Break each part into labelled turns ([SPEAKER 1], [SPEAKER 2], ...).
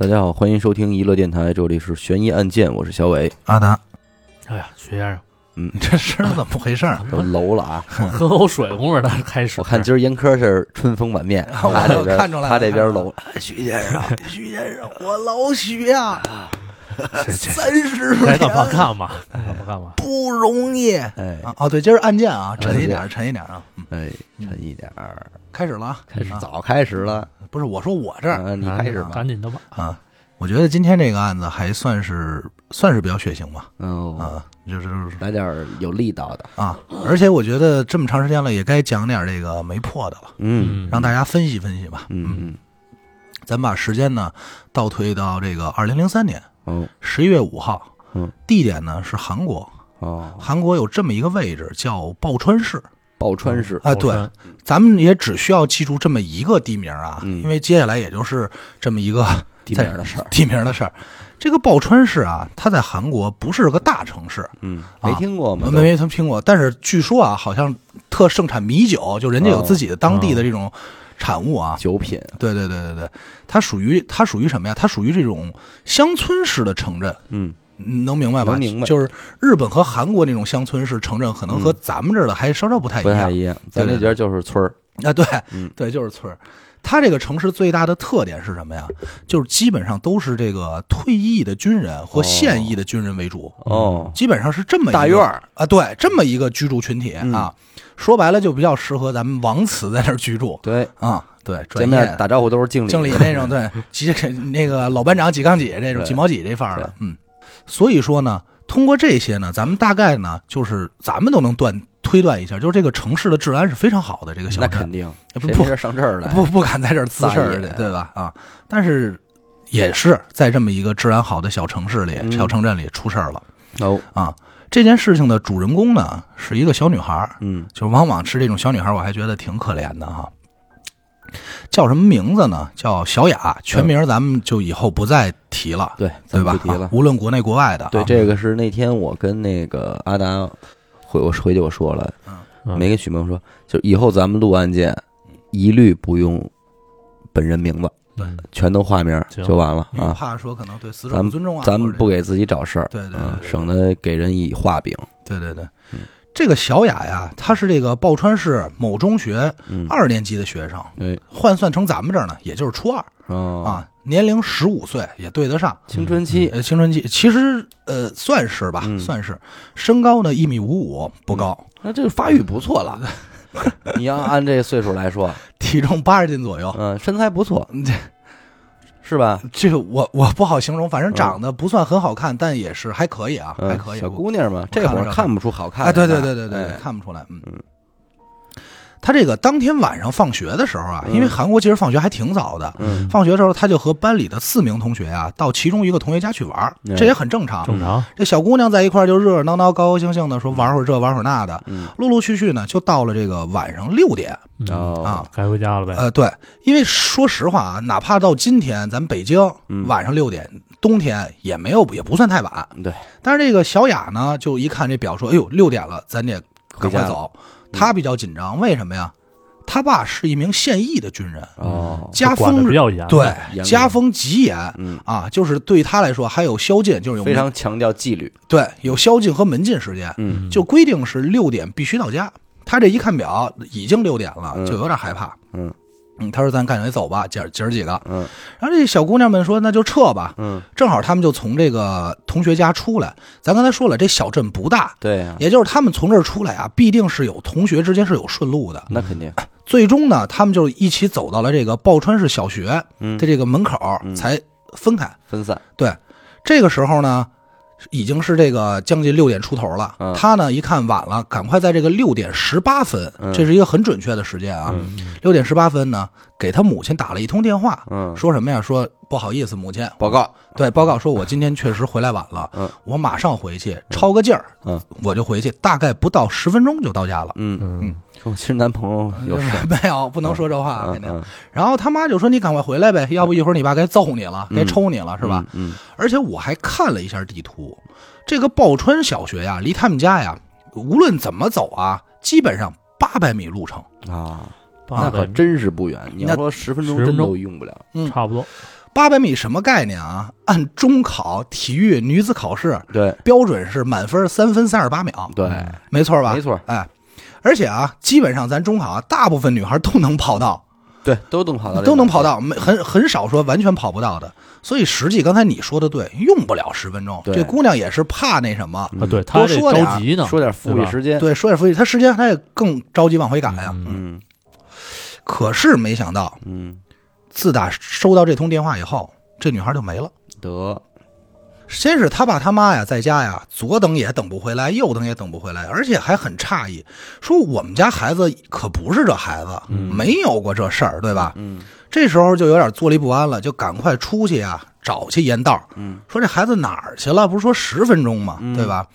[SPEAKER 1] 大家好，欢迎收听娱乐电台，这里是悬疑案件，我是小 伟。
[SPEAKER 2] 阿达，
[SPEAKER 3] 哎呀，徐先生，
[SPEAKER 1] 嗯，
[SPEAKER 2] 这声儿怎么回事儿？
[SPEAKER 1] 都楼了啊！
[SPEAKER 2] 嗯
[SPEAKER 3] 喝口水功夫，他开始。
[SPEAKER 1] 我看今儿严科是春风满面，
[SPEAKER 2] 我
[SPEAKER 1] 他这边
[SPEAKER 2] 看出来了啊
[SPEAKER 1] 他这边楼了。
[SPEAKER 2] 徐先生，徐先生，我老许呀，
[SPEAKER 3] 这这
[SPEAKER 2] 三十
[SPEAKER 3] 该
[SPEAKER 2] 年
[SPEAKER 3] 干嘛 干嘛，该干嘛干嘛。
[SPEAKER 2] 不容易。
[SPEAKER 1] 哎
[SPEAKER 2] 啊哦，对，今儿案件啊，沉一点儿，沉一点儿啊，嗯
[SPEAKER 1] 哎，沉一点儿，
[SPEAKER 2] 开始了啊，开始
[SPEAKER 1] 早开始了，
[SPEAKER 2] 不是我说我这儿
[SPEAKER 1] 啊你开始吧。
[SPEAKER 3] 赶紧的吧。
[SPEAKER 2] 啊，我觉得今天这个案子还算是算是比较血腥吧，
[SPEAKER 1] 嗯，
[SPEAKER 2] 啊，就是
[SPEAKER 1] 来点儿有力道的。
[SPEAKER 2] 啊，而且我觉得这么长时间了，也该讲点儿这个没破的了，
[SPEAKER 1] 嗯
[SPEAKER 3] 嗯，
[SPEAKER 2] 让大家分析分析吧。
[SPEAKER 1] 嗯
[SPEAKER 2] 咱把时间呢倒推到这个二零零三年
[SPEAKER 1] 嗯，哦
[SPEAKER 2] 十一月五号，
[SPEAKER 1] 嗯，
[SPEAKER 2] 地点呢是韩国，
[SPEAKER 1] 哦，
[SPEAKER 2] 韩国有这么一个位置叫报川市
[SPEAKER 1] 报川市
[SPEAKER 2] 啊，
[SPEAKER 3] 报川
[SPEAKER 2] 对，咱们也只需要记住这么一个地名啊，
[SPEAKER 1] 嗯
[SPEAKER 2] 因为接下来也就是这么一个
[SPEAKER 1] 地面的事儿，
[SPEAKER 2] 地名的事儿。 这个报川市啊，它在韩国不是个大城市，
[SPEAKER 1] 嗯，
[SPEAKER 2] 啊
[SPEAKER 1] 没听过吗？
[SPEAKER 2] 没没曾听过，但是据说啊，好像特盛产米酒，就人家有自己的当地的这种产物啊。
[SPEAKER 1] 酒品
[SPEAKER 2] 对对对对对，它属于它属于什么呀？它属于这种乡村式的城镇，
[SPEAKER 1] 嗯，
[SPEAKER 2] 能明白吧？
[SPEAKER 1] 能明白嗯
[SPEAKER 2] 就是日本和韩国那种乡村式城镇，可能和咱们这儿的还稍稍不太一
[SPEAKER 1] 不太
[SPEAKER 2] 样。
[SPEAKER 1] 一样。咱这边就是村儿，
[SPEAKER 2] 啊，对，
[SPEAKER 1] 嗯
[SPEAKER 2] 对，就是村儿。它这个城市最大的特点是什么呀？就是基本上都是这个退役的军人
[SPEAKER 1] 哦
[SPEAKER 2] 或现役的军人为主，
[SPEAKER 1] 哦，
[SPEAKER 2] 基本上是这么一个
[SPEAKER 1] 大院儿
[SPEAKER 2] 啊，对，这么一个居住群体
[SPEAKER 1] 嗯
[SPEAKER 2] 啊。说白了，就比较适合咱们王祠在那儿居住
[SPEAKER 1] 对，
[SPEAKER 2] 啊。对，专
[SPEAKER 1] 见
[SPEAKER 2] 业
[SPEAKER 1] 面打招呼都是敬礼，
[SPEAKER 2] 经理那种，对，几那个老班长几杠几这
[SPEAKER 1] 对
[SPEAKER 2] 种几毛几这范儿的，嗯。所以说呢，通过这些呢，咱们大概呢，就是咱们都能断推断一下，就是这个城市的治安是非常好的。这个小
[SPEAKER 1] 那
[SPEAKER 2] 镇
[SPEAKER 1] 肯定，
[SPEAKER 2] 不
[SPEAKER 1] 谁没事上这儿来？
[SPEAKER 2] 不不敢在这儿滋事
[SPEAKER 1] 撒
[SPEAKER 2] 儿
[SPEAKER 1] 野
[SPEAKER 2] 去，对吧？啊，但是也是在这么一个治安好的小城市里、
[SPEAKER 1] 嗯
[SPEAKER 2] 小城镇里出事儿了
[SPEAKER 1] 哦，
[SPEAKER 2] 啊。这件事情的主人公呢是一个小女孩儿，
[SPEAKER 1] 嗯，
[SPEAKER 2] 就是往往是这种小女孩，我还觉得挺可怜的哈。叫什么名字呢？叫小雅，全名咱们就以后不再提了，
[SPEAKER 1] 对，
[SPEAKER 2] 对
[SPEAKER 1] 嗯咱
[SPEAKER 2] 吧
[SPEAKER 1] 不？提了
[SPEAKER 2] 啊。无论国内国外的啊，
[SPEAKER 1] 对，这个是那天我跟那个阿达回我回去我说了，
[SPEAKER 3] 嗯
[SPEAKER 1] 没跟许萌说，就以后咱们录案件，一律不用本人名字，
[SPEAKER 3] 嗯
[SPEAKER 1] 全都化名
[SPEAKER 3] 行
[SPEAKER 1] 就完了
[SPEAKER 2] 因为
[SPEAKER 1] 啊。
[SPEAKER 2] 怕说可能对死者
[SPEAKER 1] 咱
[SPEAKER 2] 不
[SPEAKER 1] 们
[SPEAKER 2] 尊重啊，
[SPEAKER 1] 咱们不
[SPEAKER 2] 或者
[SPEAKER 1] 给自己找事儿，
[SPEAKER 2] 对对对
[SPEAKER 1] 嗯
[SPEAKER 2] 对
[SPEAKER 1] 省得给人以画饼。
[SPEAKER 2] 对对对
[SPEAKER 1] 嗯。
[SPEAKER 2] 这个小雅呀，她是这个报川市某中学
[SPEAKER 1] 嗯，
[SPEAKER 2] 二年级的学生，
[SPEAKER 1] 哎，
[SPEAKER 2] 换算成咱们这儿呢，也就是初二
[SPEAKER 1] 哦，嗯
[SPEAKER 2] 啊，年龄十五岁，也对得上。
[SPEAKER 1] 青春期，
[SPEAKER 2] 呃，青春期其实呃算是吧，
[SPEAKER 1] 嗯
[SPEAKER 2] 算是身高呢一米五五不高，
[SPEAKER 1] 那这个发育不错了。 你要按这个岁数来说，
[SPEAKER 2] 体重八十斤左右。
[SPEAKER 1] 嗯，身材不错，
[SPEAKER 2] 嗯这
[SPEAKER 1] 是吧？
[SPEAKER 2] 这个我我不好形容，反正长得不算很好看，但也是还可以啊，还
[SPEAKER 1] 哦嗯，
[SPEAKER 2] 可以。
[SPEAKER 1] 小姑娘嘛，这
[SPEAKER 2] 看
[SPEAKER 1] 会儿
[SPEAKER 2] 了看
[SPEAKER 1] 看不出好看
[SPEAKER 2] 哎，
[SPEAKER 1] 来的。
[SPEAKER 2] 对对对对对，
[SPEAKER 1] 哎
[SPEAKER 2] 看不出来，嗯
[SPEAKER 1] 嗯。
[SPEAKER 2] 他这个当天晚上放学的时候啊，
[SPEAKER 1] 嗯
[SPEAKER 2] 因为韩国其实放学还挺早的，
[SPEAKER 1] 嗯
[SPEAKER 2] 放学的时候他就和班里的四名同学啊，到其中一个同学家去玩儿，
[SPEAKER 1] 嗯
[SPEAKER 2] 这也很正常。
[SPEAKER 3] 正常。
[SPEAKER 2] 这小姑娘在一块儿就热热闹闹、高高兴兴的说玩会儿这玩会儿那的，
[SPEAKER 1] 嗯，
[SPEAKER 2] 陆陆续续呢就到了这个晚上六点
[SPEAKER 3] 嗯
[SPEAKER 1] 哦
[SPEAKER 2] 啊，
[SPEAKER 3] 该回家了呗。
[SPEAKER 2] 呃，对，因为说实话啊，哪怕到今天，咱北京
[SPEAKER 1] 嗯
[SPEAKER 2] 晚上六点，冬天也没有也不算太晚。
[SPEAKER 1] 对，
[SPEAKER 2] 但是这个小雅呢，就一看这表说，哎呦，六点了，咱得
[SPEAKER 1] 回家
[SPEAKER 2] 赶快
[SPEAKER 1] 了嗯
[SPEAKER 2] 走。她比较紧张，为什么呀？她爸是一名现役的军人，
[SPEAKER 1] 哦，
[SPEAKER 2] 家
[SPEAKER 3] 管
[SPEAKER 2] 风
[SPEAKER 3] 的比较严。
[SPEAKER 2] 对
[SPEAKER 1] 严格
[SPEAKER 2] 家风极严
[SPEAKER 1] 嗯，
[SPEAKER 2] 啊，就是对他来说还有宵禁，就是有
[SPEAKER 1] 非
[SPEAKER 2] 门
[SPEAKER 1] 常强调纪律。
[SPEAKER 2] 对有宵禁和门禁时间，
[SPEAKER 1] 嗯
[SPEAKER 2] 就规定是六点必须到家。他这一看表，已经六点了
[SPEAKER 1] 嗯，
[SPEAKER 2] 就有点害怕。
[SPEAKER 1] 嗯
[SPEAKER 2] 嗯，他说：“咱赶紧走吧，姐儿姐儿几个。”
[SPEAKER 1] 嗯
[SPEAKER 2] 然后这小姑娘们说：“那就撤吧。
[SPEAKER 1] 嗯，”
[SPEAKER 2] 正好他们就从这个同学家出来。咱刚才说了，这小镇不大，
[SPEAKER 1] 对啊呀，
[SPEAKER 2] 也就是他们从这儿出来啊，必定是有同学之间是有顺路的。
[SPEAKER 1] 那肯定。
[SPEAKER 2] 最终呢，他们就一起走到了这个报川市小学
[SPEAKER 1] 嗯
[SPEAKER 2] 的，这个门口，才分开。
[SPEAKER 1] 分散。
[SPEAKER 2] 对，这个时候呢，已经是这个将近六点出头了。
[SPEAKER 1] 嗯
[SPEAKER 2] 他呢一看晚了，赶快在这个六点十八分，
[SPEAKER 1] 嗯
[SPEAKER 2] 这是一个很准确的时间啊。
[SPEAKER 3] 嗯
[SPEAKER 2] 六点十八分呢，给他母亲打了一通电话，
[SPEAKER 1] 嗯，
[SPEAKER 2] 说什么呀？说不好意思，母亲，
[SPEAKER 1] 报告。
[SPEAKER 2] 对报告说，我今天确实回来晚了，
[SPEAKER 1] 嗯
[SPEAKER 2] 我马上回去，抄个劲儿，
[SPEAKER 1] 嗯，
[SPEAKER 2] 我就回去，大概不到十分钟就到家了。
[SPEAKER 1] 嗯，
[SPEAKER 3] 嗯
[SPEAKER 1] 我其实男朋友嗯有事儿。
[SPEAKER 2] 没有，不能说这话啊，肯
[SPEAKER 1] 嗯
[SPEAKER 2] 定。
[SPEAKER 1] 嗯，
[SPEAKER 2] 然后他妈就说：“你赶快回来呗，要不一会儿你爸该揍你了，
[SPEAKER 1] 嗯
[SPEAKER 2] 该抽你了，是吧？”
[SPEAKER 1] 嗯？
[SPEAKER 2] 而且我还看了一下地图，这个报川小学呀，离他们家呀，无论怎么走啊，基本上八百米路程。
[SPEAKER 1] 嗯啊，
[SPEAKER 3] 八
[SPEAKER 1] 那
[SPEAKER 3] 百
[SPEAKER 1] 可真是不远。你要说十分钟真
[SPEAKER 3] 十分钟
[SPEAKER 1] 都用不了。
[SPEAKER 2] 嗯
[SPEAKER 3] 差不多。
[SPEAKER 2] 八百米什么概念啊？按中考体育女子考试
[SPEAKER 1] 对
[SPEAKER 2] 标准是满分三分三十八秒，
[SPEAKER 1] 对，
[SPEAKER 2] 没错吧？
[SPEAKER 1] 没错，
[SPEAKER 2] 哎，而且啊，基本上咱中考啊，大部分女孩都能跑到，
[SPEAKER 1] 对，都能跑到，
[SPEAKER 2] 都能跑。到，没很很少说完全跑不到的。所以实际刚才你说的对，用不了十分钟。
[SPEAKER 1] 对
[SPEAKER 2] 这姑娘也是怕那什么，
[SPEAKER 3] 啊，对他这
[SPEAKER 2] 说点
[SPEAKER 3] 着急呢，
[SPEAKER 1] 说点富裕时间，
[SPEAKER 2] 对，说也服气，她时间她也更着急往回赶呀、
[SPEAKER 3] 嗯，
[SPEAKER 1] 嗯
[SPEAKER 2] 可是没想到，
[SPEAKER 1] 嗯，
[SPEAKER 2] 自打收到这通电话以后，这女孩就没了。
[SPEAKER 1] 得，
[SPEAKER 2] 先是他爸他妈呀，在家呀，左等也等不回来，右等也等不回来，而且还很诧异，说我们家孩子可不是这孩子，没有过这事儿，对吧？
[SPEAKER 1] 嗯
[SPEAKER 2] 这时候就有点坐立不安了，就赶快出去啊，找去盐道，
[SPEAKER 1] 嗯，
[SPEAKER 2] 说这孩子哪儿去了？不是说十分钟吗？对吧？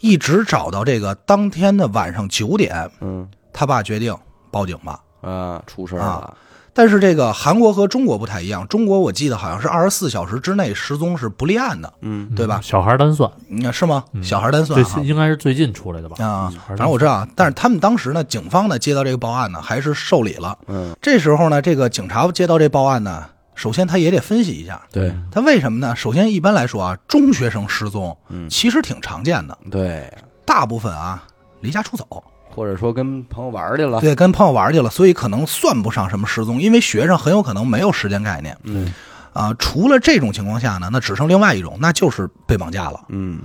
[SPEAKER 2] 一直找到这个当天的晚上九点，
[SPEAKER 1] 嗯
[SPEAKER 2] 他爸决定报警吧。
[SPEAKER 1] 啊，出事儿
[SPEAKER 2] 啊
[SPEAKER 1] 了，
[SPEAKER 2] 但是这个韩国和中国不太一样，中国我记得好像是二十四小时之内失踪是不立案的，
[SPEAKER 1] 嗯
[SPEAKER 2] 对吧
[SPEAKER 3] 嗯小孩单算，
[SPEAKER 2] 嗯是吗？小孩单算
[SPEAKER 3] 最
[SPEAKER 2] 啊
[SPEAKER 3] 应该是最近出来的吧？
[SPEAKER 2] 啊，
[SPEAKER 3] 小孩
[SPEAKER 2] 反
[SPEAKER 3] 单
[SPEAKER 2] 正我知道啊，但是他们当时呢，警方呢接到这个报案呢，还是受理了。
[SPEAKER 1] 嗯，
[SPEAKER 2] 这时候呢，这个警察接到这报案呢，首先他也得分析一下，
[SPEAKER 1] 对
[SPEAKER 2] 他为什么呢？首先一般来说啊，中学生失踪，其实挺常见的，
[SPEAKER 1] 对，
[SPEAKER 2] 大部分啊离家出走，
[SPEAKER 1] 或者说跟朋友玩儿去了，
[SPEAKER 2] 对，跟朋友玩去了，所以可能算不上什么失踪，因为学生很有可能没有时间概念。
[SPEAKER 1] 嗯
[SPEAKER 2] 啊，除了这种情况下呢，那只剩另外一种，那就是被绑架了。
[SPEAKER 1] 嗯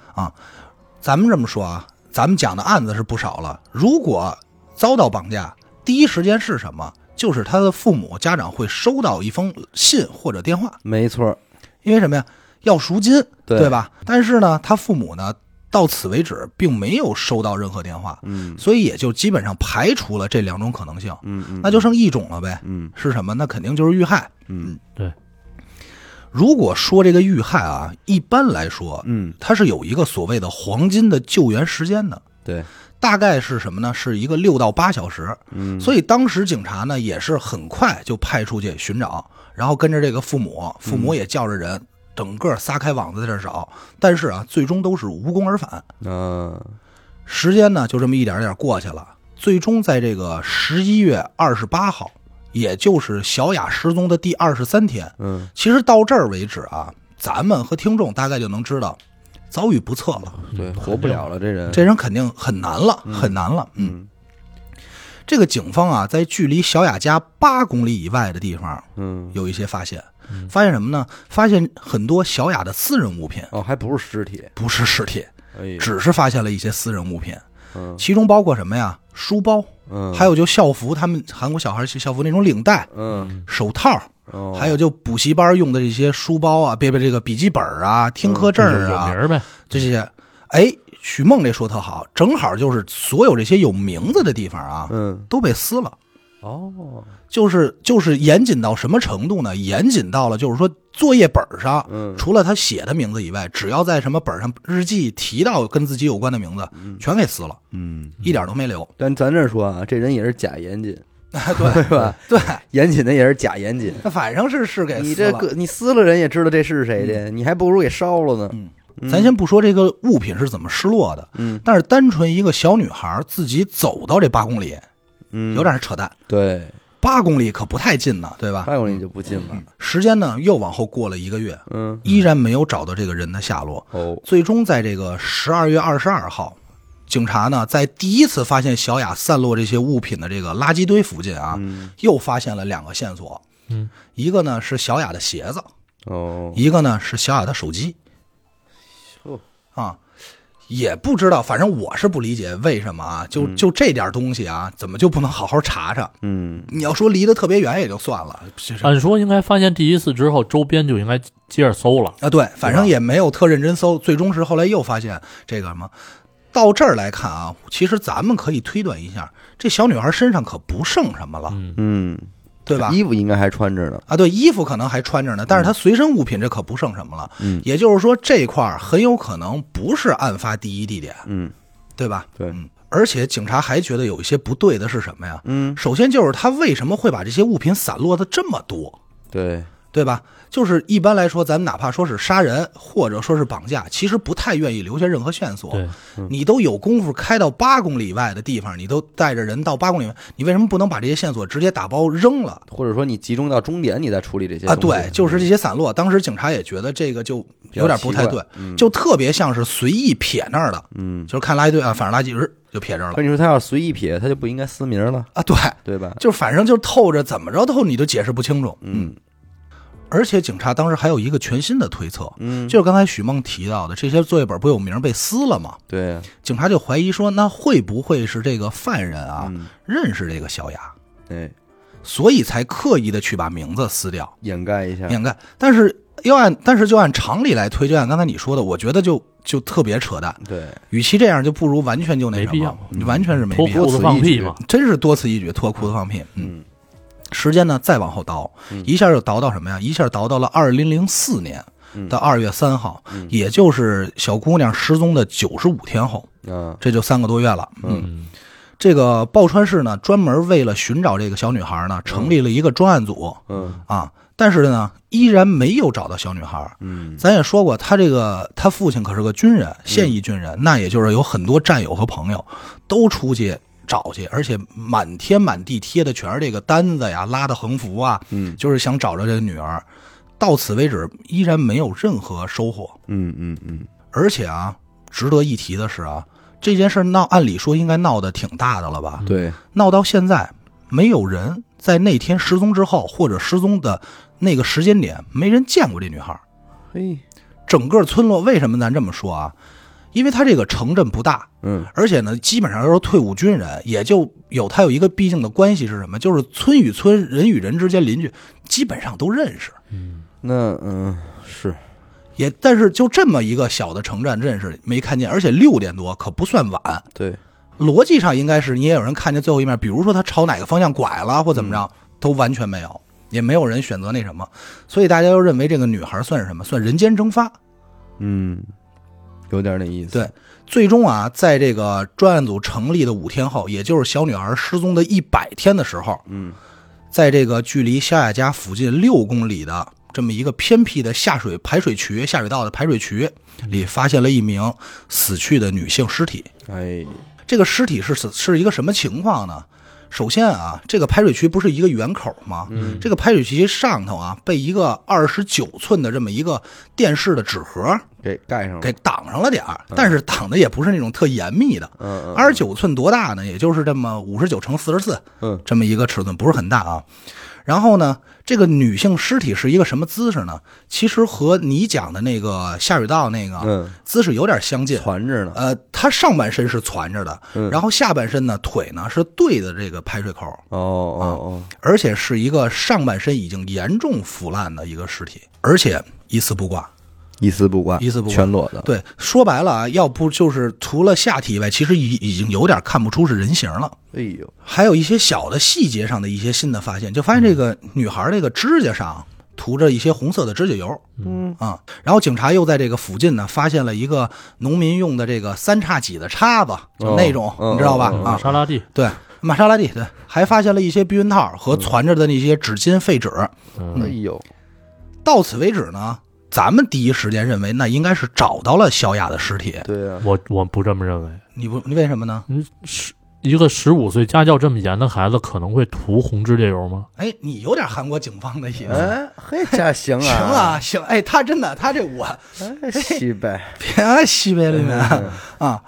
[SPEAKER 2] 咱们这么说啊，咱们讲的案子是不少了。如果遭到绑架，第一时间是什么？就是他的父母、家长会收到一封信或者电话，
[SPEAKER 1] 没错儿，
[SPEAKER 2] 因为什么呀？要赎金，
[SPEAKER 1] 对
[SPEAKER 2] 吧？但是呢，他父母呢，到此为止并没有收到任何电话，
[SPEAKER 1] 嗯
[SPEAKER 2] 所以也就基本上排除了这两种可能性，
[SPEAKER 1] 嗯嗯，
[SPEAKER 2] 那就剩一种了呗。
[SPEAKER 1] 嗯
[SPEAKER 2] 是什么？那肯定就是遇害。
[SPEAKER 1] 嗯
[SPEAKER 2] 如果说这个遇害啊，一般来说，
[SPEAKER 1] 嗯，
[SPEAKER 2] 它是有一个所谓的黄金的救援时间的。
[SPEAKER 1] 对，
[SPEAKER 2] 大概是什么呢？是一个六到八小时。
[SPEAKER 1] 嗯
[SPEAKER 2] 所以当时警察呢也是很快就派出去寻找，然后跟着这个父母，父
[SPEAKER 1] 嗯
[SPEAKER 2] 母也叫着人，整个撒开网子在这儿找，但是啊，最终都是无功而返。
[SPEAKER 1] 嗯
[SPEAKER 2] 时间呢就这么一点点过去了，最终在这个十一月二十八号，也就是小雅失踪的第二十三天，
[SPEAKER 1] 嗯，
[SPEAKER 2] 其实到这儿为止啊，咱们和听众大概就能知道遭遇不测了，
[SPEAKER 1] 对，活不了了，这人，
[SPEAKER 2] 这人肯定很难了，很难了，嗯
[SPEAKER 1] 嗯
[SPEAKER 2] 这个警方啊，在距离小雅家八公里以外的地方
[SPEAKER 1] 嗯，
[SPEAKER 2] 有一些发现，发现什么呢？发现很多小雅的私人物品，
[SPEAKER 1] 哦，还不是尸体，
[SPEAKER 2] 不是尸体，
[SPEAKER 1] 哎呦，
[SPEAKER 2] 只是发现了一些私人物品，
[SPEAKER 1] 嗯
[SPEAKER 2] 其中包括什么呀？书包，
[SPEAKER 1] 嗯，
[SPEAKER 2] 还有就校服，他们韩国小孩校服那种领带、
[SPEAKER 1] 嗯，
[SPEAKER 2] 手套，
[SPEAKER 1] 哦，
[SPEAKER 2] 还有就补习班用的这些书包啊，别别这个笔记本啊、听课证
[SPEAKER 3] 有有
[SPEAKER 2] 啊
[SPEAKER 1] 嗯
[SPEAKER 3] 名，儿呗，
[SPEAKER 2] 这些。哎，许梦这说特好，正好就是所有这些有名字的地方啊，
[SPEAKER 1] 嗯，
[SPEAKER 2] 都被撕了。
[SPEAKER 1] 哦，
[SPEAKER 2] 就是就是严谨到什么程度呢？严谨到了就是说作业本上，
[SPEAKER 1] 嗯
[SPEAKER 2] 除了他写的名字以外，只要在什么本上日记提到跟自己有关的名字，全给撕了，
[SPEAKER 1] 嗯，
[SPEAKER 2] 一点都没留。
[SPEAKER 1] 但咱这说啊，这人也是假严谨，
[SPEAKER 2] 对
[SPEAKER 1] 对吧？
[SPEAKER 2] 对，
[SPEAKER 1] 严谨的也是假严谨。
[SPEAKER 2] 那反正是是给撕了。嗯
[SPEAKER 1] 你这个你撕了人也知道这是谁的，你还不如给烧了呢。
[SPEAKER 2] 咱先不说这个物品是怎么失落的，
[SPEAKER 1] 嗯，
[SPEAKER 2] 但是单纯一个小女孩自己走到这八公里，
[SPEAKER 1] 嗯，
[SPEAKER 2] 有点扯淡。
[SPEAKER 1] 对，
[SPEAKER 2] 嗯
[SPEAKER 1] 八
[SPEAKER 2] 八公里可不太近呢，对吧？
[SPEAKER 1] 八公里就不近了。
[SPEAKER 2] 时间呢又往后过了一个月，
[SPEAKER 1] 嗯，
[SPEAKER 2] 依然没有找到这个人的下落。
[SPEAKER 1] 哦，
[SPEAKER 2] 最终在这个十二月二十二号，警察呢在第一次发现小雅散落这些物品的这个垃圾堆附近啊，
[SPEAKER 1] 嗯
[SPEAKER 2] 又发现了两个线索，
[SPEAKER 3] 嗯，
[SPEAKER 2] 一个呢是小雅的鞋子，
[SPEAKER 1] 哦，
[SPEAKER 2] 一个呢是小雅的手机
[SPEAKER 1] 哟。
[SPEAKER 2] 啊，也不知道，反正我是不理解为什么啊，就就这点东西啊，怎么就不能好好查查？
[SPEAKER 1] 嗯，
[SPEAKER 2] 你要说离得特别远也就算了，其实
[SPEAKER 3] 按说应该发现第一次之后，周边就应该接着搜了。
[SPEAKER 2] 啊，对，反正也没有特认真搜，最终是后来又发现这个什么。到这儿来看啊，其实咱们可以推断一下，这小女孩身上可不剩什么了，
[SPEAKER 3] 嗯，
[SPEAKER 1] 嗯，
[SPEAKER 2] 对吧？
[SPEAKER 1] 衣服应该还穿着呢。
[SPEAKER 2] 啊，对，衣服可能还穿着呢，但是她随身物品这可不剩什么了。
[SPEAKER 1] 嗯，
[SPEAKER 2] 也就是说这块儿很有可能不是案发第一地点，
[SPEAKER 1] 嗯，
[SPEAKER 2] 对吧？
[SPEAKER 1] 对，
[SPEAKER 2] 嗯。而且警察还觉得有一些不对的是什么呀？
[SPEAKER 1] 嗯，
[SPEAKER 2] 首先就是他为什么会把这些物品散落的这么多？
[SPEAKER 1] 对，
[SPEAKER 2] 对吧？就是一般来说，咱们哪怕说是杀人或者说是绑架，其实不太愿意留下任何线索。
[SPEAKER 3] 对，
[SPEAKER 1] 嗯
[SPEAKER 2] 你都有功夫开到八公里以外的地方，你都带着人到八公里外，你为什么不能把这些线索直接打包扔了？
[SPEAKER 1] 或者说你集中到终点，你再处理这些
[SPEAKER 2] 啊，
[SPEAKER 1] 东西嗯
[SPEAKER 2] 对，就是这些散落。当时警察也觉得这个就有点不
[SPEAKER 1] 比
[SPEAKER 2] 太
[SPEAKER 1] 较
[SPEAKER 2] 对
[SPEAKER 1] 奇，嗯
[SPEAKER 2] 就特别像是随意撇那儿的，
[SPEAKER 1] 嗯。
[SPEAKER 2] 就是看垃圾堆啊，反正垃圾日就撇这儿了
[SPEAKER 1] 可你说他要随意撇，他就不应该撕名了，
[SPEAKER 2] 啊，对，
[SPEAKER 1] 对吧？
[SPEAKER 2] 就反正就透着怎么着透，你都解释不清楚。
[SPEAKER 1] 嗯
[SPEAKER 2] 而且警察当时还有一个全新的推测，
[SPEAKER 1] 嗯，
[SPEAKER 2] 就是刚才许梦提到的，这些作业本不有名被撕了吗？
[SPEAKER 1] 对啊，
[SPEAKER 2] 警察就怀疑说，那会不会是这个犯人啊、
[SPEAKER 1] 嗯
[SPEAKER 2] 认识这个小雅，
[SPEAKER 1] 哎，
[SPEAKER 2] 所以才刻意的去把名字撕掉
[SPEAKER 1] 掩盖一下，
[SPEAKER 2] 掩盖？但是要按，但是就按常理来推，就按刚才你说的，我觉得就就特别扯淡。
[SPEAKER 1] 对，
[SPEAKER 2] 与其这样，就不如完全就那什么，
[SPEAKER 3] 没必要
[SPEAKER 2] 你完全是没
[SPEAKER 3] 脱
[SPEAKER 2] 必要
[SPEAKER 3] 裤
[SPEAKER 1] 多此
[SPEAKER 3] 子
[SPEAKER 1] 一
[SPEAKER 3] 放屁
[SPEAKER 1] 举
[SPEAKER 3] 嘛，
[SPEAKER 2] 真是多此一举，脱裤子放屁。嗯，
[SPEAKER 1] 嗯
[SPEAKER 2] 时间呢再往后倒，
[SPEAKER 3] 嗯
[SPEAKER 2] 一下就倒到什么呀？一下倒到了二零零四年
[SPEAKER 3] 嗯
[SPEAKER 2] 的二月三号，也就是小姑娘失踪的九十五天后，
[SPEAKER 1] 啊，
[SPEAKER 2] 这就三个多月了。
[SPEAKER 1] 嗯
[SPEAKER 3] 嗯，
[SPEAKER 2] 这个报川市呢，专门为了寻找这个小女孩呢，成立了一个专案组
[SPEAKER 1] 嗯
[SPEAKER 2] 啊，但是呢，依然没有找到小女孩。
[SPEAKER 1] 嗯，
[SPEAKER 2] 咱也说过，他这个他父亲可是个军人，现役军人，那也就是有很多战友和朋友都出去找去，而且满天满地贴的全是这个单子呀、拉的横幅啊，
[SPEAKER 1] 嗯
[SPEAKER 2] 就是想找着这个女儿。到此为止，依然没有任何收获。
[SPEAKER 1] 嗯嗯嗯，
[SPEAKER 2] 而且啊，值得一提的是啊，这件事闹，按理说应该闹得挺大的了吧？
[SPEAKER 1] 对，
[SPEAKER 2] 闹到现在，没有人在那天失踪之后或者失踪的那个时间点，没人见过这女孩。
[SPEAKER 1] 嘿，
[SPEAKER 2] 整个村落为什么咱这么说啊？因为他这个城镇不大，
[SPEAKER 1] 嗯
[SPEAKER 2] 而且呢，基本上都是退伍军人，也就有他有一个毕竟的关系是什么？就是村与村、人与人之间邻居基本上都认识。
[SPEAKER 1] 那嗯是，
[SPEAKER 2] 也但是就这么一个小的城镇认识没看见，而且六点多可不算晚，
[SPEAKER 1] 对，
[SPEAKER 2] 逻辑上应该是你也有人看见最后一面，比如说他朝哪个方向拐了或怎么着，都完全没有，也没有人选择那什么，所以大家都认为这个女孩算是什么？算人间蒸发。
[SPEAKER 1] 嗯，有点那意思，
[SPEAKER 2] 对最终啊，在这个专案组成立的五天后，也就是小女孩失踪的一百天的时候，
[SPEAKER 1] 嗯，
[SPEAKER 2] 在这个距离小雅家附近六公里的这么一个偏僻的下水排水渠、下水道的排水渠里，发现了一名死去的女性尸体。
[SPEAKER 1] 哎，
[SPEAKER 2] 这个尸体是死是一个什么情况呢？首先啊，这个排水渠不是一个圆口吗？
[SPEAKER 1] 嗯
[SPEAKER 2] 这个排水渠上头啊，被一个二十九寸的这么一个电视的纸盒
[SPEAKER 1] 给盖上了，
[SPEAKER 2] 给挡上了点儿，但是挡的也不是那种特严密的。
[SPEAKER 1] 嗯
[SPEAKER 2] 二十九寸多大呢？也就是这么五十九乘四十四，
[SPEAKER 1] 嗯
[SPEAKER 2] 这么一个尺寸，不是很大啊。然后呢，这个女性尸体是一个什么姿势呢？其实和你讲的那个下水道那个
[SPEAKER 1] 嗯，
[SPEAKER 2] 姿势有点相近。
[SPEAKER 1] 传着呢，
[SPEAKER 2] 呃，她上半身是攒着的，
[SPEAKER 1] 嗯
[SPEAKER 2] 然后下半身呢，腿呢是对着这个排水口，
[SPEAKER 1] 哦哦
[SPEAKER 2] 而且是一个上半身已经严重腐烂的一个尸体，而且一丝不挂。
[SPEAKER 1] 哦，一丝不挂，
[SPEAKER 2] 一丝不挂
[SPEAKER 1] 全裸的，
[SPEAKER 2] 对，说白了啊，要不就是除了下体以外，其实已已经有点看不出是人形了。
[SPEAKER 1] 哎呦，
[SPEAKER 2] 还有一些小的细节上的一些新的发现，就发现
[SPEAKER 1] 嗯
[SPEAKER 2] 这个女孩这个指甲上涂着一些红色的指甲油
[SPEAKER 1] 嗯
[SPEAKER 2] 啊、然后警察又在这个附近呢发现了一个农民用的这个三叉戟的叉子，就那种、
[SPEAKER 1] 哦
[SPEAKER 2] 你知道吧？
[SPEAKER 1] 哦哦哦
[SPEAKER 2] 啊，
[SPEAKER 3] 沙拉蒂，
[SPEAKER 2] 对，玛莎拉蒂，对，还发现了一些避孕套
[SPEAKER 1] 嗯
[SPEAKER 2] 和攒着的那些纸巾、废纸。嗯
[SPEAKER 1] 哎
[SPEAKER 3] 嗯
[SPEAKER 1] 呦，
[SPEAKER 2] 到此为止呢，咱们第一时间认为那应该是找到了小雅的尸体。
[SPEAKER 1] 对啊呀，
[SPEAKER 3] 我我不这么认为。
[SPEAKER 2] 你不，你为什么呢？
[SPEAKER 3] 一个十五岁家教这么严的孩子，可能会涂红指甲油吗？
[SPEAKER 2] 哎，你有点韩国警方的意思。
[SPEAKER 1] 哎，嘿，这行啊，
[SPEAKER 2] 行啊，行，哎，他真的，他这 我
[SPEAKER 1] 哎，嗯西北，
[SPEAKER 2] 别西北里面啊，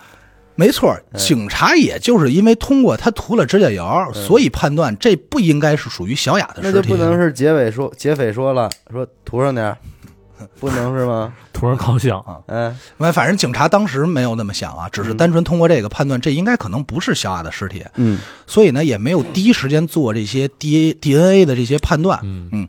[SPEAKER 2] 没错，警察也就是因为通过他涂了指甲油，所以判断这不应该是属于小雅的
[SPEAKER 1] 嗯那
[SPEAKER 2] 尸
[SPEAKER 1] 就
[SPEAKER 2] 体
[SPEAKER 1] 不。能是劫匪说劫匪说了说涂上点儿，不能是吗？
[SPEAKER 3] 涂上烤香，
[SPEAKER 1] 哎，
[SPEAKER 2] 反反正警察当时没有那么想啊，只是单纯通过这个判断，这应该可能不是小雅的尸体。
[SPEAKER 1] 嗯
[SPEAKER 2] 所以呢，也没有第一时间做这些 D DNA 的这些判断。
[SPEAKER 3] 嗯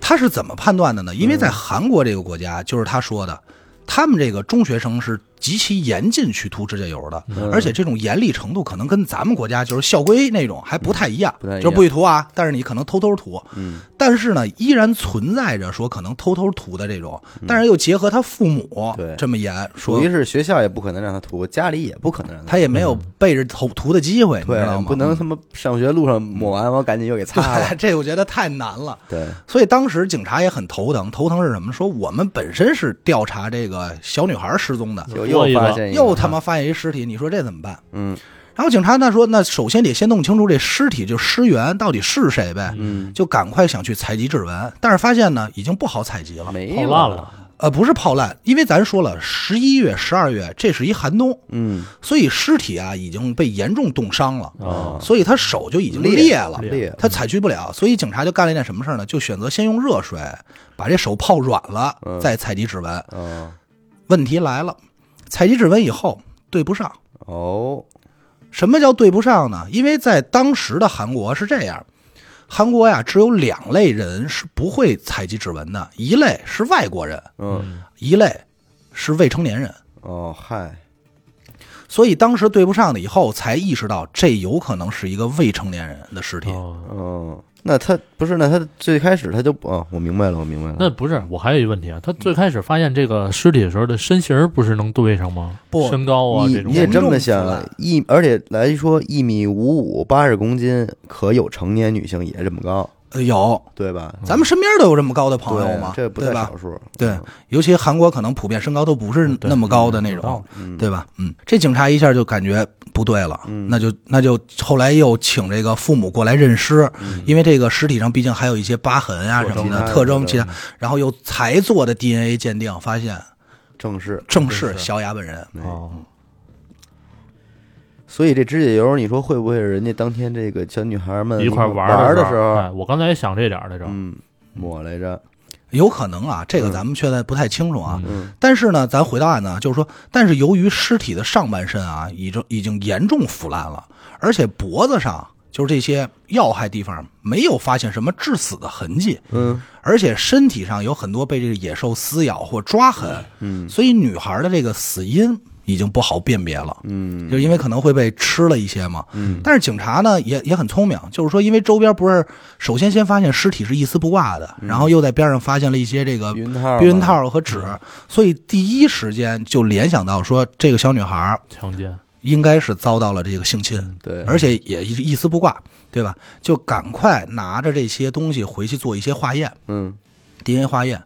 [SPEAKER 2] 他是怎么判断的呢？因为在韩国这个国家，就是他说的，他们这个中学生是极其严禁去涂指甲油的，
[SPEAKER 1] 嗯
[SPEAKER 2] 而且这种严厉程度可能跟咱们国家就是校规那种还不太一样，
[SPEAKER 1] 嗯不太一样
[SPEAKER 2] 就是不许涂啊，但是你可能偷偷涂，
[SPEAKER 1] 嗯，
[SPEAKER 2] 但是呢，依然存在着说可能偷偷涂的这种，但是又结合他父母
[SPEAKER 1] 嗯对
[SPEAKER 2] 这么严，说
[SPEAKER 1] 属于是学校也不可能让他涂，家里也不可能让他涂。
[SPEAKER 2] 他也没有背着头涂的机会，你知道
[SPEAKER 1] 对，啊
[SPEAKER 2] 吗？
[SPEAKER 1] 不能他妈上学路上抹完，我赶紧又给擦了
[SPEAKER 2] 对，。 这我觉得太难了。
[SPEAKER 1] 嗯 对，
[SPEAKER 2] 所以当时警察也很头疼，头疼是什么？说我们本身是调查这个小女孩失踪的，
[SPEAKER 1] 嗯就又发现一个
[SPEAKER 2] 又他妈发现一尸体，你说这怎么办？
[SPEAKER 1] 嗯
[SPEAKER 2] 然后警察那说，那首先得先弄清楚这尸体就尸源到底是谁呗，
[SPEAKER 1] 嗯，
[SPEAKER 2] 就赶快想去采集指纹，但是发现呢，已经不好采集了。
[SPEAKER 1] 没
[SPEAKER 3] 泡
[SPEAKER 1] 有
[SPEAKER 3] 烂，了，
[SPEAKER 2] 呃，不是泡烂，因为咱说了，十一月、十二月这是一寒冬，
[SPEAKER 1] 嗯，
[SPEAKER 2] 所以尸体啊已经被严重冻伤了，
[SPEAKER 3] 啊
[SPEAKER 1] 哦
[SPEAKER 2] 所以他手就已经
[SPEAKER 1] 裂
[SPEAKER 2] 裂了，
[SPEAKER 1] 裂
[SPEAKER 2] 他采取不了，所以警察就干了一件什么事儿呢？就选择先用热水把这手泡软了，
[SPEAKER 1] 嗯
[SPEAKER 2] 再采集指纹。
[SPEAKER 1] 哦
[SPEAKER 2] 问题来了，采集指纹以后对不上。
[SPEAKER 1] 哦，
[SPEAKER 2] 什么叫对不上呢？因为在当时的韩国是这样，韩国呀只有两类人是不会采集指纹的，一类是外国人，
[SPEAKER 1] 嗯
[SPEAKER 2] 一类是未成年人。
[SPEAKER 1] 哦嗨，
[SPEAKER 2] 所以当时对不上了以后，才意识到这有可能是一个未成年人的尸体。
[SPEAKER 3] 哦，
[SPEAKER 1] 哦，那他不是那他最开始他就哦，我明白了，我明白了。
[SPEAKER 3] 那不是，我还有一个问题啊，他最开始发现这个尸体的时候的身形儿不是能对上吗？
[SPEAKER 2] 不
[SPEAKER 3] 身高啊
[SPEAKER 1] 你
[SPEAKER 3] 这种
[SPEAKER 1] 你，也这么
[SPEAKER 2] 严重
[SPEAKER 1] 想啊
[SPEAKER 2] 腐烂，
[SPEAKER 1] 一而且来说一米五五八十公斤，可有成年女性也这么高，
[SPEAKER 2] 呃，有，
[SPEAKER 1] 对吧？
[SPEAKER 2] 咱们身边都有这么高的朋友
[SPEAKER 1] 嗯对啊
[SPEAKER 2] 嘛，
[SPEAKER 1] 这不在
[SPEAKER 2] 对吧
[SPEAKER 1] 少？数。
[SPEAKER 2] 对，尤其韩国可能普遍身高都不是那么高的那种，
[SPEAKER 1] 哦嗯，
[SPEAKER 2] 对吧？嗯，这警察一下就感觉不对了，那就那就后来又请这个父母过来认尸，因为这个尸体上毕竟还有一些疤痕啊
[SPEAKER 1] 嗯特
[SPEAKER 2] 什
[SPEAKER 1] 征
[SPEAKER 2] 么的
[SPEAKER 1] 啊
[SPEAKER 2] 特征，其
[SPEAKER 1] 对
[SPEAKER 2] 他，然后又才做的 DNA 鉴定，发现
[SPEAKER 1] 正是。
[SPEAKER 2] 正是
[SPEAKER 3] 是
[SPEAKER 2] 小雅本人。
[SPEAKER 3] 哦，
[SPEAKER 1] 所以这指甲油，你说会不会是人家当天这个小女孩们
[SPEAKER 3] 一块儿
[SPEAKER 1] 玩
[SPEAKER 3] 玩儿
[SPEAKER 1] 的
[SPEAKER 3] 时候，哎，我刚才也想这点儿来着，
[SPEAKER 1] 嗯，抹来着，
[SPEAKER 2] 有可能啊，这个咱们现在不太清楚啊。
[SPEAKER 1] 嗯
[SPEAKER 2] 但是呢，咱回到案啊呢，就是说，但是由于尸体的上半身啊，已经已经严重腐烂了，而且脖子上就是这些要害地方没有发现什么致死的痕迹，
[SPEAKER 1] 嗯
[SPEAKER 2] 而且身体上有很多被这个野兽撕咬或抓痕，
[SPEAKER 1] 嗯
[SPEAKER 2] 所以女孩的这个死因已经不好辨别了。
[SPEAKER 1] 嗯
[SPEAKER 2] 就因为可能会被吃了一些嘛，
[SPEAKER 1] 嗯，
[SPEAKER 2] 但是警察呢也也很聪明，就是说，因为周边不是首先先发现尸体是一丝不挂的，然后又在边上发现了一些这个
[SPEAKER 1] 嗯避孕套，嗯
[SPEAKER 2] 避孕，套和纸，所以第一时间就联想到说，这个小女孩
[SPEAKER 3] 强奸，
[SPEAKER 2] 应该是遭到了这个性侵，
[SPEAKER 1] 对，
[SPEAKER 2] 而且也一一丝不挂，对吧？就赶快拿着这些东西回去做一些化验
[SPEAKER 1] 嗯
[SPEAKER 2] ，DNA 化验，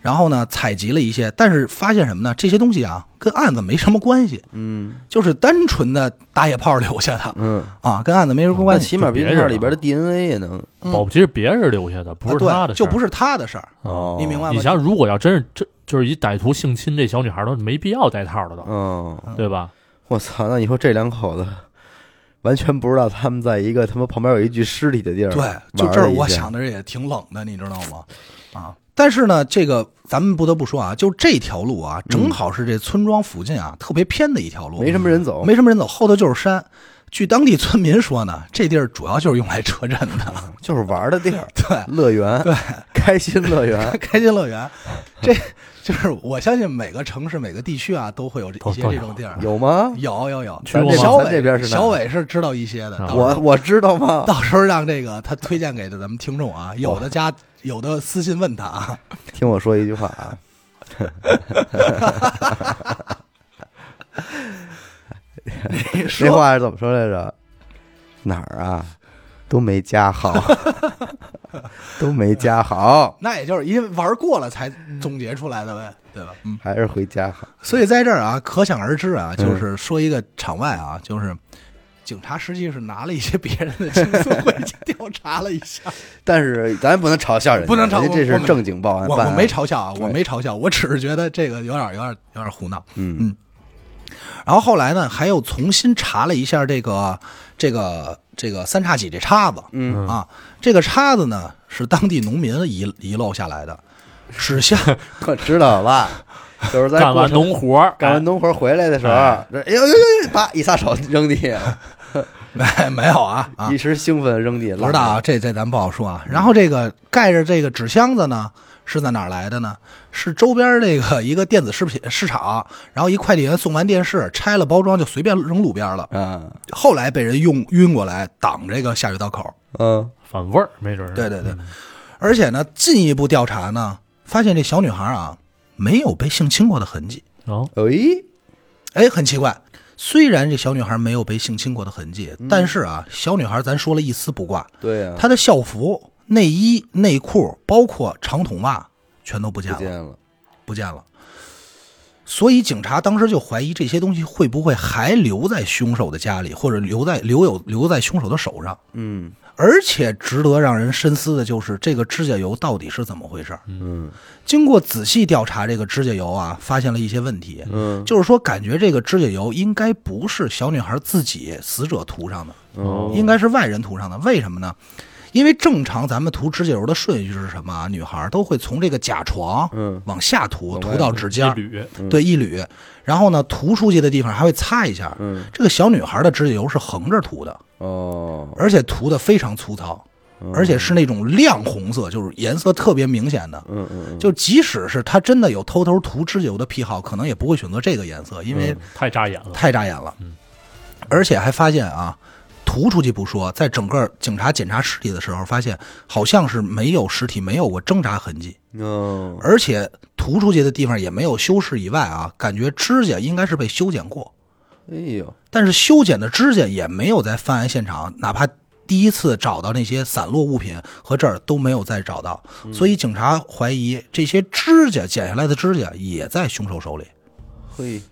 [SPEAKER 2] 然后呢，采集了一些，但是发现什么呢？这些东西啊，跟案子没什么关系，
[SPEAKER 1] 嗯
[SPEAKER 2] 就是单纯的打野炮留下的
[SPEAKER 1] 嗯，
[SPEAKER 2] 啊，跟案子没什么
[SPEAKER 1] 那
[SPEAKER 2] 关系。
[SPEAKER 1] 起码避孕套里边的 DNA 也能
[SPEAKER 2] 嗯
[SPEAKER 3] 保不齐是别人留下的，不是
[SPEAKER 2] 啊
[SPEAKER 3] 他的
[SPEAKER 2] 对
[SPEAKER 3] 事儿，
[SPEAKER 2] 就不是他的事儿，
[SPEAKER 1] 哦，
[SPEAKER 2] 你明白吗？
[SPEAKER 3] 你想，如果要真是这就是一歹徒性侵这小女孩儿的，没必要带套了都，
[SPEAKER 1] 哦，
[SPEAKER 3] 对吧？
[SPEAKER 1] 我操！那你说这两口子完全不知道他们在一个他妈旁边有一具尸体的地儿，
[SPEAKER 2] 对，就这儿我想
[SPEAKER 1] 的，
[SPEAKER 2] 的这也挺冷的，你知道吗？啊，但是呢，这个咱们不得不说啊，就这条路啊，正好是这村庄附近啊、特别偏的一条路，
[SPEAKER 1] 嗯没什么人走，
[SPEAKER 2] 没什么人走，后头就是山。据当地村民说呢，这地儿主要就是用来 车震的，
[SPEAKER 1] 就是玩的地儿，
[SPEAKER 2] 对，
[SPEAKER 1] 乐园，对，开心乐 园，
[SPEAKER 2] 开心乐园。这就是我相信每个城市、每个地区啊，都会有这
[SPEAKER 3] 都
[SPEAKER 2] 一些
[SPEAKER 3] 都
[SPEAKER 2] 这
[SPEAKER 3] 有
[SPEAKER 2] 种地儿。
[SPEAKER 1] 有 吗？
[SPEAKER 2] 有有有，
[SPEAKER 3] 去过吗
[SPEAKER 2] 小
[SPEAKER 1] 咱这边是
[SPEAKER 2] 伟
[SPEAKER 1] 哪儿
[SPEAKER 2] 小伟是知道一些的，到
[SPEAKER 3] 啊
[SPEAKER 2] 时候
[SPEAKER 1] 我我知道吗？
[SPEAKER 2] 到时候让这个他推荐给的咱们听众啊，有的家有的私信问他啊，
[SPEAKER 1] 听我说一句话啊，那话是怎么说来着？哪儿啊？都没家好，都没家好，
[SPEAKER 2] 那也就是因为玩过了才总结出来的呗，对吧？嗯，
[SPEAKER 1] 还是回家好。
[SPEAKER 2] 所以在这儿啊，可想而知
[SPEAKER 1] 嗯
[SPEAKER 2] 啊，就是说一个场外啊，就是警察实际是拿了一些别人的 情愫回去调查了一下，
[SPEAKER 1] 但是咱不能嘲笑人家，
[SPEAKER 2] 不能
[SPEAKER 1] 人
[SPEAKER 2] 嘲
[SPEAKER 1] 家这
[SPEAKER 2] 我
[SPEAKER 1] 是
[SPEAKER 2] 们
[SPEAKER 1] 正经报案，
[SPEAKER 2] 我
[SPEAKER 1] 办
[SPEAKER 2] 我
[SPEAKER 1] 案
[SPEAKER 2] 没嘲笑啊，
[SPEAKER 1] 对
[SPEAKER 2] 我没嘲笑，我只是觉得这个有点有点有点胡闹。
[SPEAKER 1] 嗯
[SPEAKER 2] 嗯，然后后来呢，还又重新查了一下这个这个这个三叉戟这叉子，
[SPEAKER 1] 嗯
[SPEAKER 2] 啊，这个叉子呢是当地农民遗遗漏下来的，驶向
[SPEAKER 1] 我知道 了，就是在
[SPEAKER 3] 干
[SPEAKER 1] 过
[SPEAKER 3] 完
[SPEAKER 1] 程
[SPEAKER 3] 农活儿，
[SPEAKER 1] 干完农活回来的时候，
[SPEAKER 3] 哎
[SPEAKER 1] 这哎呦呦呦，呦啪一撒手扔地，
[SPEAKER 2] 没没有啊啊
[SPEAKER 1] 一，时兴奋扔地，
[SPEAKER 2] 不知道啊，这这咱不好说啊。然后这个盖着这个纸箱子呢，是在哪儿来的呢？是周边这个一个电子食品市场，然后一快递员送完电视，拆了包装就随便扔路边了。
[SPEAKER 1] 嗯
[SPEAKER 2] 后来被人用晕过来挡这个下水道口。
[SPEAKER 1] 嗯
[SPEAKER 3] 反味儿，没准儿。
[SPEAKER 2] 对对对，而且呢，进一步调查呢，发现这小女孩啊没有被性侵过的痕迹。
[SPEAKER 3] 哦，
[SPEAKER 1] 哎，
[SPEAKER 2] 哎，很奇怪，虽然这小女孩没有被性侵过的痕迹，但是啊，小女孩咱说了一丝不挂，
[SPEAKER 1] 对啊呀，
[SPEAKER 2] 她的校服、内衣、内裤，包括长筒袜，全都不见
[SPEAKER 1] 不
[SPEAKER 2] 了，
[SPEAKER 1] 见了，
[SPEAKER 2] 不见了。所以警察当时就怀疑这些东西会不会还留在凶手的家里，或者留在留有留在凶手的手上。
[SPEAKER 1] 嗯
[SPEAKER 2] 而且值得让人深思的就是，这个指甲油到底是怎么回事儿？
[SPEAKER 1] 嗯
[SPEAKER 2] 经过仔细调查，这个指甲油啊，发现了一些问题。
[SPEAKER 1] 嗯，
[SPEAKER 2] 就是说，感觉这个指甲油应该不是小女孩自己死者涂上的，
[SPEAKER 1] 哦
[SPEAKER 2] 应该是外人涂上的。为什么呢？因为正常咱们涂指甲油的顺序是什么啊？女孩都会从这个甲床
[SPEAKER 1] 嗯
[SPEAKER 2] 往下涂，
[SPEAKER 1] 往外
[SPEAKER 2] 涂到指
[SPEAKER 3] 一
[SPEAKER 2] 尖，
[SPEAKER 3] 缕
[SPEAKER 1] 嗯
[SPEAKER 2] 对，一缕。然后呢，涂出去的地方还会擦一下。
[SPEAKER 1] 嗯
[SPEAKER 2] 这个小女孩的指甲油是横着涂的，
[SPEAKER 1] 哦，
[SPEAKER 2] 而且涂的非常粗糙，
[SPEAKER 1] 嗯
[SPEAKER 2] 而且是那种亮红色，就是颜色特别明显的。
[SPEAKER 1] 嗯嗯
[SPEAKER 2] 就即使是她真的有偷偷涂指甲油的癖好，可能也不会选择这个颜色，因
[SPEAKER 1] 嗯
[SPEAKER 2] 为
[SPEAKER 3] 太扎眼了。
[SPEAKER 2] 太扎眼了。而且还发现啊，涂出去不说，在整个警察检查尸体的时候，发现好像是没有尸体没有过挣扎痕迹，
[SPEAKER 1] 嗯哦
[SPEAKER 2] 而且涂出去的地方也没有修饰以外啊，感觉指甲应该是被修剪过，
[SPEAKER 1] 哎呦，
[SPEAKER 2] 但是修剪的指甲也没有在犯案现场，哪怕。第一次找到那些散落物品和这儿都没有再找到，
[SPEAKER 1] 嗯
[SPEAKER 2] 所以警察怀疑这些指甲剪下来的指甲也在凶手手里。
[SPEAKER 1] 嘿，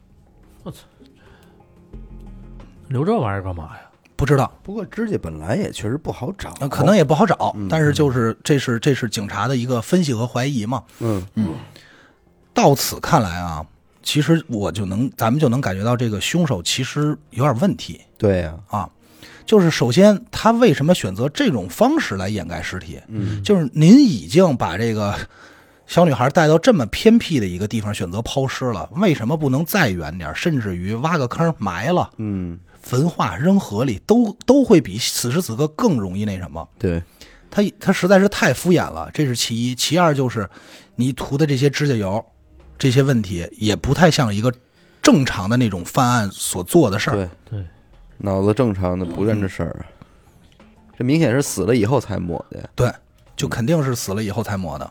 [SPEAKER 3] 留这玩意儿干嘛呀？
[SPEAKER 2] 不知道
[SPEAKER 1] 不过指甲本来也确实不好找
[SPEAKER 2] 那，可能也不好
[SPEAKER 1] 哦
[SPEAKER 2] 找，
[SPEAKER 1] 嗯
[SPEAKER 2] 但是就是这是这是警察的一个分析和怀疑嘛。
[SPEAKER 1] 嗯
[SPEAKER 2] 到此看来啊，其实我就能咱们就能感觉到这个凶手其实有点问题
[SPEAKER 1] 对呀，
[SPEAKER 2] 啊。就是首先，他为什么选择这种方式来掩盖尸体？
[SPEAKER 1] 嗯，
[SPEAKER 2] 就是您已经把这个小女孩带到这么偏僻的一个地方，选择抛尸了，为什么不能再远点儿，甚至于挖个坑埋了、
[SPEAKER 1] 嗯
[SPEAKER 2] 焚化、扔河里，都都会比此时此刻更容易那什么？
[SPEAKER 1] 对，
[SPEAKER 2] 他他实在是太敷衍了，这是其一。其二就是你涂的这些指甲油，这些问题也不太像一个正常的那种犯案所做的事儿。
[SPEAKER 1] 对
[SPEAKER 3] 对，
[SPEAKER 1] 脑子正常的不干这事儿啊，这明显是死了以后才抹的呀，
[SPEAKER 2] 对，就肯定是死了以后才抹的。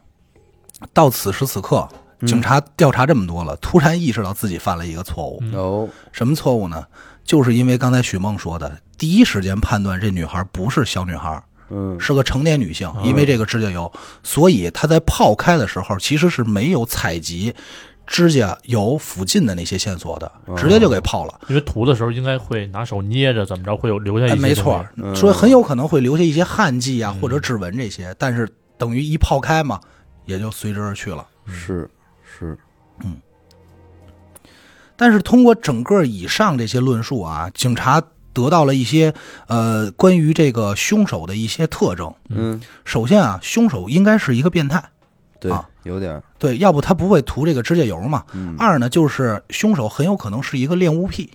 [SPEAKER 2] 到此时此刻，警察调查这么多了，突然意识到自己犯了一个错误。
[SPEAKER 3] 嗯
[SPEAKER 1] 哦，
[SPEAKER 2] 什么错误呢？就是因为刚才许梦说的，第一时间判断这女孩不是小女孩，
[SPEAKER 1] 嗯
[SPEAKER 2] 是个成年女性，因为这个指甲油，所以她在泡开的时候其实是没有采集指甲油附近的那些线索的，直
[SPEAKER 1] 嗯
[SPEAKER 2] 接就给泡了。
[SPEAKER 3] 因为涂的时候应该会拿手捏着，怎么着会有留下一
[SPEAKER 2] 哎，
[SPEAKER 3] 些。
[SPEAKER 2] 没错，，所以很有可能会留下一些汗迹啊，或者指纹这些，但是等于一泡开嘛，也就随之而去了。
[SPEAKER 1] 是是，
[SPEAKER 2] 但是通过整个以上这些论述啊，警察得到了一些呃关于这个凶手的一些特征。
[SPEAKER 1] 嗯
[SPEAKER 2] 首先啊，凶手应该是一个变态。
[SPEAKER 1] 对
[SPEAKER 2] 啊，
[SPEAKER 1] 有点儿，
[SPEAKER 2] 对，要不他不会涂这个指甲油嘛。
[SPEAKER 1] 嗯
[SPEAKER 2] 二呢，就是凶手很有可能是一个恋物癖，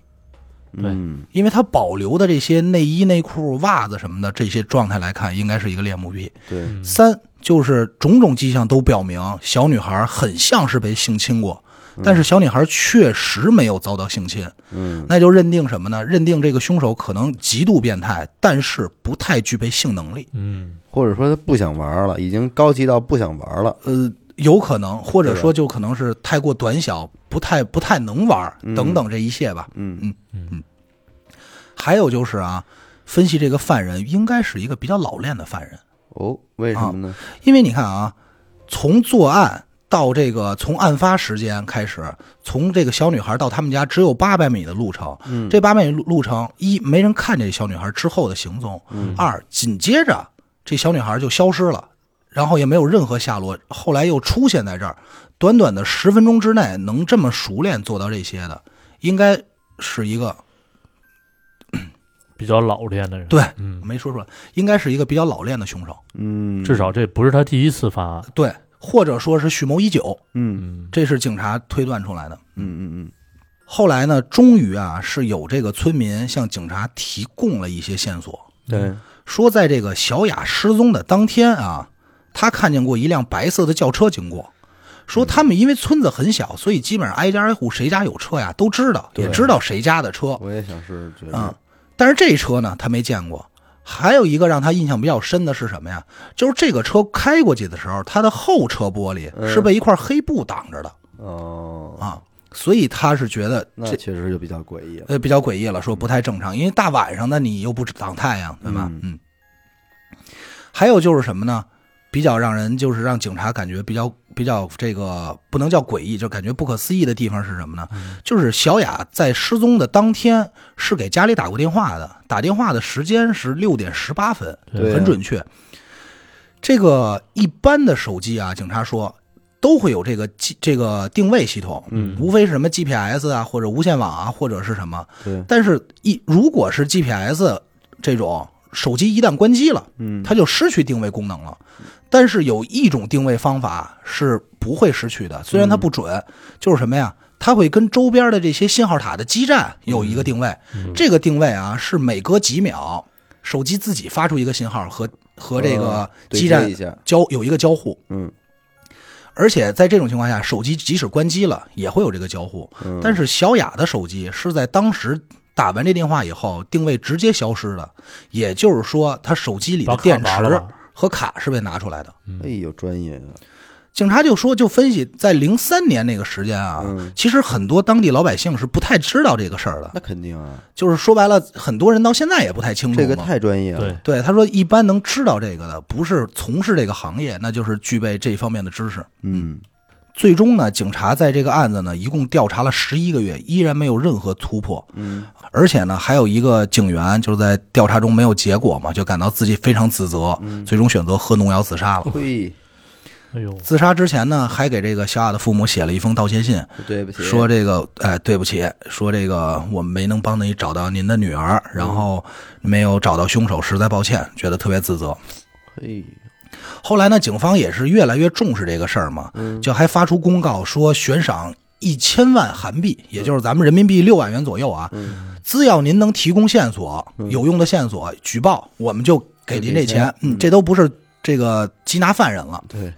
[SPEAKER 1] 嗯
[SPEAKER 2] 因为他保留的这些内衣、内裤、袜子什么的这些状态来看，应该是一个恋物癖。
[SPEAKER 1] 对，
[SPEAKER 2] 三就是种种迹象都表明，小女孩很像是被性侵过，但是小女孩确实没有遭到性侵，
[SPEAKER 1] 嗯
[SPEAKER 2] 那就认定什么呢？认定这个凶手可能极度变态，但是不太具备性能力。
[SPEAKER 3] 嗯，
[SPEAKER 1] 或者说他不想玩儿了，已经高级到不想玩儿了，
[SPEAKER 2] 呃，有可能，或者
[SPEAKER 1] 对吧
[SPEAKER 2] 说就可能是太过短小，不太不太能玩儿等等这一切吧。
[SPEAKER 1] 嗯
[SPEAKER 2] 嗯还有就是啊，分析这个犯人应该是一个比较老练的犯人，
[SPEAKER 1] 哦，为什么呢？
[SPEAKER 2] 因为你看啊，从作案到这个从案发时间开始，从这个小女孩到他们家只有八百米的路程。嗯，这八百米路路程，一没人看见小女孩之后的行踪，二紧接着这小女孩就消失了。然后也没有任何下落，后来又出现在这儿，短短的十分钟之内能这么熟练做到这些的，应该是一个
[SPEAKER 3] 比较老练的人。，
[SPEAKER 2] 对，
[SPEAKER 3] 嗯，
[SPEAKER 2] 没说出来，应该是一个比较老练的凶手，
[SPEAKER 1] 嗯，
[SPEAKER 3] 至少这不是他第一次犯案。
[SPEAKER 2] 对，或者说是蓄谋已久，
[SPEAKER 1] 嗯
[SPEAKER 3] 嗯，
[SPEAKER 2] 这是警察推断出来的。
[SPEAKER 1] 嗯嗯嗯
[SPEAKER 2] 后来呢，终于啊，是有这个村民向警察提供了一些线索，
[SPEAKER 1] 嗯，
[SPEAKER 2] 说在这个小雅失踪的当天啊，他看见过一辆白色的轿车经过，说他们因为村子很小，所以基本上挨家挨户谁家有车呀都知道，
[SPEAKER 1] 对
[SPEAKER 2] 也知道谁家的车。
[SPEAKER 1] 我也想是觉
[SPEAKER 2] 嗯，但是这车呢，他没见过。还有一个让他印象比较深的是什么呀？就是这个车开过去的时候，它的后车玻璃
[SPEAKER 1] 嗯
[SPEAKER 2] 是被一块黑布挡着的、
[SPEAKER 1] 哦，
[SPEAKER 2] 啊，所以他是觉得
[SPEAKER 1] 那
[SPEAKER 2] 这
[SPEAKER 1] 确实就比较诡异了。
[SPEAKER 2] 呃比较诡异了，说不太正常，因为大晚上的你又不挡太阳，对吧？嗯。还有就是什么呢？比较让人就是让警察感觉比较比较这个不能叫诡异，就感觉不可思议的地方是什么呢？就是小雅在失踪的当天是给家里打过电话的，打电话的时间是六点十八分，
[SPEAKER 1] 对
[SPEAKER 2] 很准确。这个一般的手机啊，警察说都会有这个记这个定位系统，
[SPEAKER 1] 嗯
[SPEAKER 2] 无非是什么 GPS 啊，或者无线网啊，或者是什么。
[SPEAKER 1] 对，
[SPEAKER 2] 但是一如果是 GPS 这种手机一旦关机了，
[SPEAKER 1] 嗯，
[SPEAKER 2] 它就失去定位功能了。但是有一种定位方法是不会失去的，虽然它不准，
[SPEAKER 1] 嗯
[SPEAKER 2] 就是什么呀？它会跟周边的这些信号塔的基站有一个定位，
[SPEAKER 1] 嗯
[SPEAKER 2] 这个定位啊是每隔几秒手机自己发出一个信号和和这个
[SPEAKER 1] 呃对
[SPEAKER 2] 基
[SPEAKER 1] 接
[SPEAKER 2] 站
[SPEAKER 1] 一下，
[SPEAKER 2] 交有一个交互，
[SPEAKER 1] 嗯，
[SPEAKER 2] 而且在这种情况下，手机即使关机了也会有这个交互。
[SPEAKER 1] 嗯
[SPEAKER 2] 但是小雅的手机是在当时打完这电话以后，定位直接消失的，也就是说，她手机里的
[SPEAKER 3] 把卡
[SPEAKER 2] 电
[SPEAKER 3] 拔了
[SPEAKER 2] 池
[SPEAKER 3] 吧
[SPEAKER 2] 和卡是被拿出来的。
[SPEAKER 3] 嗯
[SPEAKER 1] 哎呦，专业啊，
[SPEAKER 2] 警察就说，就分析，在零三年那个时间啊，
[SPEAKER 1] 嗯
[SPEAKER 2] 其实很多当地老百姓是不太知道这个事儿的，
[SPEAKER 1] 那肯定啊，
[SPEAKER 2] 就是说白了，很多人到现在也不太清楚嘛。
[SPEAKER 1] 这个太专业
[SPEAKER 3] 对
[SPEAKER 1] 了，，
[SPEAKER 2] 对，他说一般能知道这个的，不是从事这个行业，那就是具备这方面的知识。
[SPEAKER 1] 嗯，
[SPEAKER 2] 最终呢，警察在这个案子呢，一共调查了十一个月，依然没有任何突破。
[SPEAKER 1] 嗯，
[SPEAKER 2] 而且呢，还有一个警员就是在调查中没有结果嘛，就感到自己非常自责，最终选择喝农药自杀了。
[SPEAKER 1] 嘿，
[SPEAKER 3] 哎呦，
[SPEAKER 2] 自杀之前呢，还给这个小雅的父母写了一封道歉信，
[SPEAKER 1] 对不起，
[SPEAKER 2] 说这个，哎，对不起，说这个我们没能帮你找到您的女儿，然后没有找到凶手，实在抱歉，觉得特别自责。
[SPEAKER 1] 嘿，
[SPEAKER 2] 后来呢，警方也是越来越重视这个事儿嘛，就还发出公告说悬赏一千万韩币，也就是咱们人民币六万元左右啊。只要您能提供线索，有用的线索举报，我们就嗯给您这
[SPEAKER 1] 给您
[SPEAKER 2] 钱。嗯，这都不是这个缉拿犯人了，
[SPEAKER 1] 对，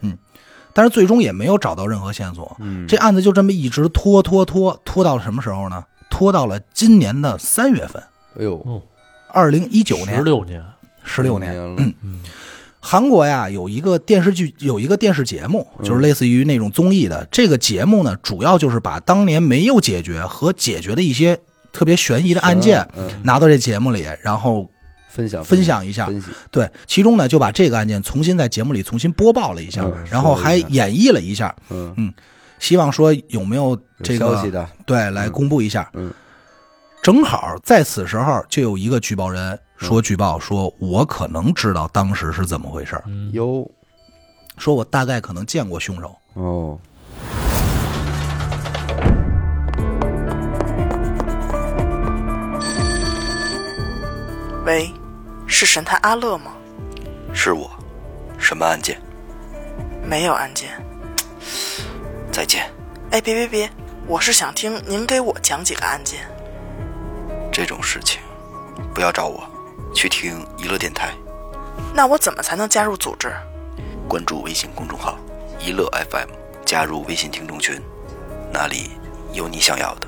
[SPEAKER 2] 但是最终也没有找到任何线索。这案子就这么一直拖拖拖拖到了什么时候呢？拖到了今年的三月份，
[SPEAKER 1] 哎呦，
[SPEAKER 3] 哦，
[SPEAKER 2] 二零一九
[SPEAKER 3] 十
[SPEAKER 2] 年，嗯
[SPEAKER 3] 六年，嗯
[SPEAKER 2] 十六
[SPEAKER 1] 年
[SPEAKER 2] 年。
[SPEAKER 1] 了，
[SPEAKER 2] 韩国呀有一个电视剧，有一个电视节目，
[SPEAKER 1] 嗯
[SPEAKER 2] 就是类似于那种综艺的。这个节目呢，主要就是把当年没有解决和解决的一些特别悬疑的案件
[SPEAKER 1] 嗯嗯
[SPEAKER 2] 拿到这节目里，然后
[SPEAKER 1] 分享
[SPEAKER 2] 分享一下。
[SPEAKER 1] 分析，
[SPEAKER 2] 对，其中呢就把这个案件重新在节目里重新播报了一下
[SPEAKER 1] 嗯，
[SPEAKER 2] 然后
[SPEAKER 1] 说了一
[SPEAKER 2] 还
[SPEAKER 1] 下
[SPEAKER 2] 演绎了一下，
[SPEAKER 1] 嗯，
[SPEAKER 2] 希望说有没有
[SPEAKER 1] 有
[SPEAKER 2] 这
[SPEAKER 1] 消息
[SPEAKER 2] 个
[SPEAKER 1] 的，
[SPEAKER 2] 对来公布一下。
[SPEAKER 1] 嗯，
[SPEAKER 2] 正好在此时候就有一个举报人说举报说，我可能知道当时是怎么回事儿。
[SPEAKER 3] 嗯，
[SPEAKER 1] 有，
[SPEAKER 2] 说我大概可能见过凶手。
[SPEAKER 1] 哦，
[SPEAKER 4] 喂，是神探阿乐吗？
[SPEAKER 5] 是我，什么案件？
[SPEAKER 4] 没有案件。
[SPEAKER 5] 再见，
[SPEAKER 4] 哎，别别别，我是想听您给我讲几个案件。
[SPEAKER 5] 这种事情不要找我，去听娱乐电台，
[SPEAKER 4] 那我怎么才能加入组织？
[SPEAKER 5] 关注微信公众号“娱乐 FM”，加入微信听众群，那里有你想要的。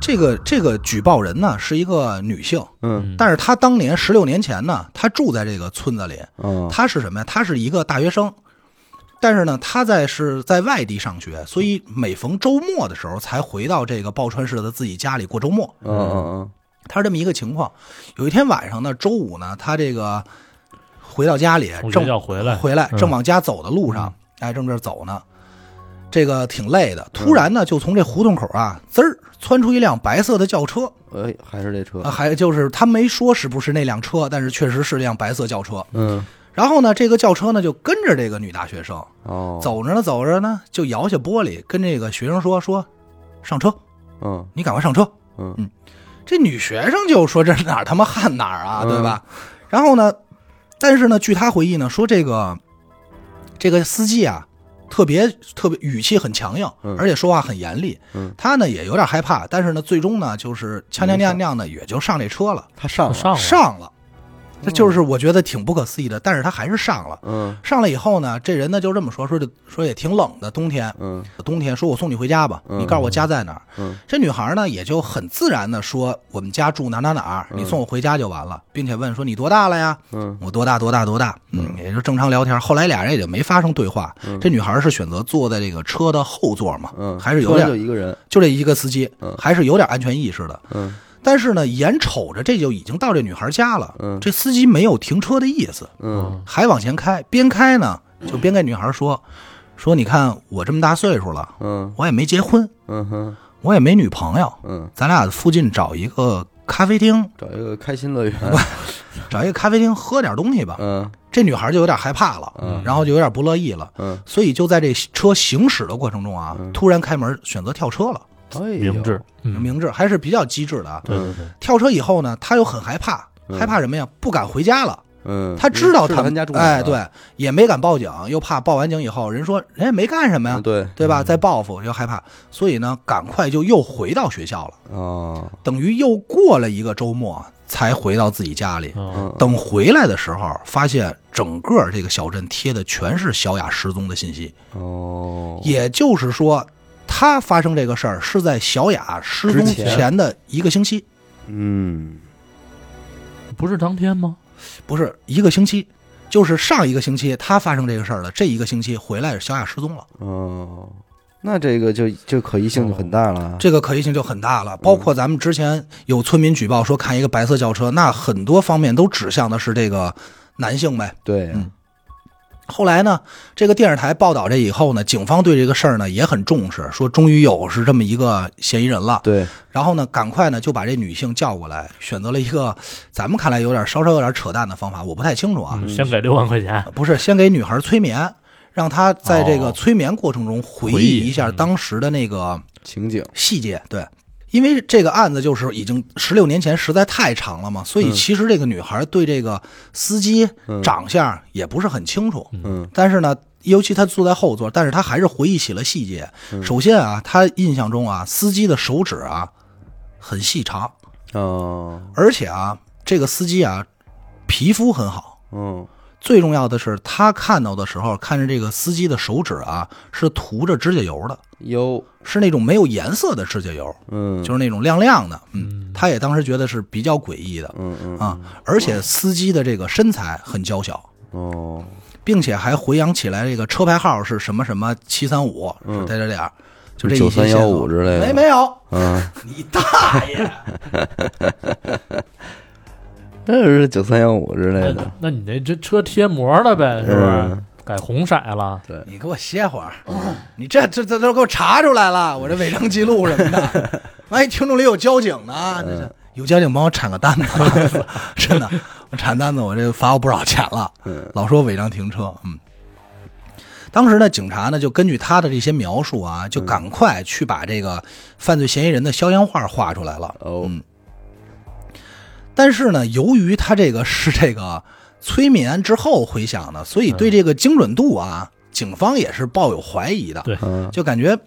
[SPEAKER 2] 这个这个举报人呢是一个女性，
[SPEAKER 1] 嗯，
[SPEAKER 2] 但是她当年十六年前呢，她住在这个村子里，
[SPEAKER 1] 哦，
[SPEAKER 2] 她是什么呀？她是一个大学生，但是呢，她在是在外地上学，所以每逢周末的时候才回到这个报川市的自己家里过周末。
[SPEAKER 1] 嗯嗯
[SPEAKER 2] 她是这么一个情况。有一天晚上呢，周五呢，她这个回到家里
[SPEAKER 3] 同学
[SPEAKER 2] 正
[SPEAKER 3] 要回来，
[SPEAKER 2] 回来，
[SPEAKER 3] 嗯
[SPEAKER 2] 正往家走的路上，哎，正这儿走呢，这个挺累的。突然呢，就从这胡同口啊，滋儿窜出一辆白色的轿车，
[SPEAKER 1] 嗯，哎，还是这车
[SPEAKER 2] 啊，，还就是他没说是不是那辆车，但是确实是辆白色轿车。
[SPEAKER 1] 嗯，
[SPEAKER 2] 然后呢，这个轿车呢就跟着这个女大学生
[SPEAKER 1] 哦，，
[SPEAKER 2] 走着呢，走着呢就摇下玻璃，跟这个学生说说，上车，
[SPEAKER 1] 嗯
[SPEAKER 2] 你赶快上车。
[SPEAKER 1] 嗯
[SPEAKER 2] 这女学生就说这哪儿他妈汉哪儿啊，
[SPEAKER 1] 嗯
[SPEAKER 2] 对吧？然后呢，但是呢，据她回忆呢，说这个这个司机啊，特别特别语气很强硬，而且说话很严厉。他呢也有点害怕，但是呢，最终呢就是呛呛踉踉的也就上这车了，
[SPEAKER 1] 他上了，
[SPEAKER 3] 上了，
[SPEAKER 2] 上了。这就是我觉得挺不可思议的，但是他还是上了。
[SPEAKER 1] 嗯
[SPEAKER 2] 上来以后呢，这人呢就这么说，说说也挺冷的，冬天，
[SPEAKER 1] 嗯
[SPEAKER 2] 冬天说我送你回家吧，你告诉我家在哪儿。
[SPEAKER 1] 嗯
[SPEAKER 2] 这女孩呢也就很自然的说我们家住哪儿哪儿哪儿，你送我回家就完了，并且问说你多大了呀？
[SPEAKER 1] 嗯，
[SPEAKER 2] 我多大多大多大，嗯，也就正常聊天。后来俩人也就没发生对话。这女孩是选择坐在这个车的后座嘛，
[SPEAKER 1] 嗯，
[SPEAKER 2] 还是有
[SPEAKER 1] 突然
[SPEAKER 2] 点
[SPEAKER 1] 就一个人，
[SPEAKER 2] 就这一个司机
[SPEAKER 1] 嗯，
[SPEAKER 2] 还是有点安全意识的。
[SPEAKER 1] 嗯
[SPEAKER 2] 但是呢，眼瞅着这就已经到这女孩家了，
[SPEAKER 1] 嗯
[SPEAKER 2] 这司机没有停车的意思，
[SPEAKER 1] 嗯
[SPEAKER 2] 还往前开，边开呢就边跟女孩说：“说你看我这么大岁数了，
[SPEAKER 1] 嗯
[SPEAKER 2] 我也没结婚，
[SPEAKER 1] 嗯哼
[SPEAKER 2] 我也没女朋友，
[SPEAKER 1] 嗯，
[SPEAKER 2] 咱俩附近找一个咖啡厅，
[SPEAKER 1] 找一个开心乐园，
[SPEAKER 2] 找一个咖啡厅喝点东西吧。
[SPEAKER 1] 嗯
[SPEAKER 2] 这女孩就有点害怕了，
[SPEAKER 1] 嗯
[SPEAKER 2] 然后就有点不乐意了，
[SPEAKER 1] 嗯，
[SPEAKER 2] 所以就在这车行驶的过程中啊，突然开门选择跳车了。
[SPEAKER 1] 哎呦
[SPEAKER 3] 明智，，嗯，
[SPEAKER 2] 明智还是比较机智的啊。
[SPEAKER 3] 对对对，
[SPEAKER 2] 跳车以后呢，他又很害怕，
[SPEAKER 1] 嗯
[SPEAKER 2] 害怕什么呀？不敢回家了。
[SPEAKER 1] 嗯，
[SPEAKER 2] 他知道他
[SPEAKER 1] 们家住哪儿啊
[SPEAKER 2] 哎，，对，也没敢报警，又怕报完警以后人说人家没干什么呀
[SPEAKER 1] 嗯，对，
[SPEAKER 2] 对吧？再报复又害怕，所以呢，赶快就又回到学校了。
[SPEAKER 1] 哦，
[SPEAKER 2] 等于又过了一个周末才回到自己家里。
[SPEAKER 3] 嗯，
[SPEAKER 1] 嗯
[SPEAKER 2] 等回来的时候，发现整个这个小镇贴的全是小雅失踪的信息，
[SPEAKER 1] 哦，
[SPEAKER 2] 也就是说，他发生这个事儿是在小雅失踪
[SPEAKER 1] 之前
[SPEAKER 2] 前的一个星期，
[SPEAKER 1] 嗯
[SPEAKER 3] 嗯不是当天吗？
[SPEAKER 2] 不是一个星期，就是上一个星期他发生这个事儿了，这一个星期回来小雅失踪了，
[SPEAKER 1] 哦，那这个就就可疑性就很大了，
[SPEAKER 2] 这个可疑性就很大了。包括咱们之前有村民举报说看一个白色轿车，那很多方面都指向的是这个男性呗。
[SPEAKER 1] 对，
[SPEAKER 2] 嗯后来呢，这个电视台报道这以后呢，警方对这个事儿呢也很重视，说终于有是这么一个嫌疑人了。
[SPEAKER 1] 对，
[SPEAKER 2] 然后呢，赶快呢就把这女性叫过来，选择了一个咱们看来有点稍稍有点扯淡的方法，我不太清楚啊。
[SPEAKER 3] 嗯先给六万块钱，
[SPEAKER 2] 不是，先给女孩催眠，让她在这个
[SPEAKER 3] 哦
[SPEAKER 2] 催眠过程中回
[SPEAKER 3] 回忆
[SPEAKER 2] 忆一下当时的那个
[SPEAKER 1] 情景，
[SPEAKER 2] 细节。对，因为这个案子就是已经十六年前，实在太长了嘛，所
[SPEAKER 3] 嗯
[SPEAKER 2] 以其实这个女孩对这个司机长相也不是很清楚。
[SPEAKER 1] 嗯
[SPEAKER 2] 但是呢，尤其他坐在后座，但是他还是回忆起了细节。
[SPEAKER 1] 嗯
[SPEAKER 2] 首先啊，他印象中啊，司机的手指啊很细长，
[SPEAKER 1] 哦，
[SPEAKER 2] 而且啊，这个司机啊皮肤很好。
[SPEAKER 1] 嗯
[SPEAKER 2] 最重要的是，他看到的时候，看着这个司机的手指啊是涂着指甲油的，
[SPEAKER 1] 有，
[SPEAKER 2] 是那种没有颜色的指甲油，
[SPEAKER 1] 嗯
[SPEAKER 2] 就是那种亮亮的。嗯，他也当时觉得是比较诡异的
[SPEAKER 1] 嗯嗯，
[SPEAKER 2] 啊。而且司机的这个身材很娇小，
[SPEAKER 1] 哦，
[SPEAKER 2] 并且还回想起来这个车牌号是什么什么七三五，
[SPEAKER 1] 嗯
[SPEAKER 2] 是在这点儿，就这一些线索
[SPEAKER 1] 9315之类的
[SPEAKER 2] 没没有，
[SPEAKER 1] 嗯，
[SPEAKER 2] 你大 爷！
[SPEAKER 1] 这是九三幺五之类的
[SPEAKER 2] 嗯
[SPEAKER 3] 那，那你那这车贴膜了呗，是不是
[SPEAKER 1] 嗯？
[SPEAKER 3] 改红色了，
[SPEAKER 2] 你给我歇会儿，你这这这都给我查出来了，我这违章记录什 么的，万一听众里有交警
[SPEAKER 1] 嗯
[SPEAKER 2] 呢？这是有交警帮我铲个单子， 真的，我铲单子我这罚我不少钱了，
[SPEAKER 1] 嗯
[SPEAKER 2] 老说违章停车，嗯。当时呢，警察呢就根据他的这些描述啊，
[SPEAKER 1] 嗯
[SPEAKER 2] 就赶快去把这个犯罪嫌疑人的肖像画画出来了。
[SPEAKER 1] 哦，
[SPEAKER 2] 嗯但是呢，由于他这个是这个催眠之后回想的，所以对这个精准度啊，警方也是抱有怀疑的。
[SPEAKER 3] 对
[SPEAKER 1] 嗯
[SPEAKER 2] 就感觉嘖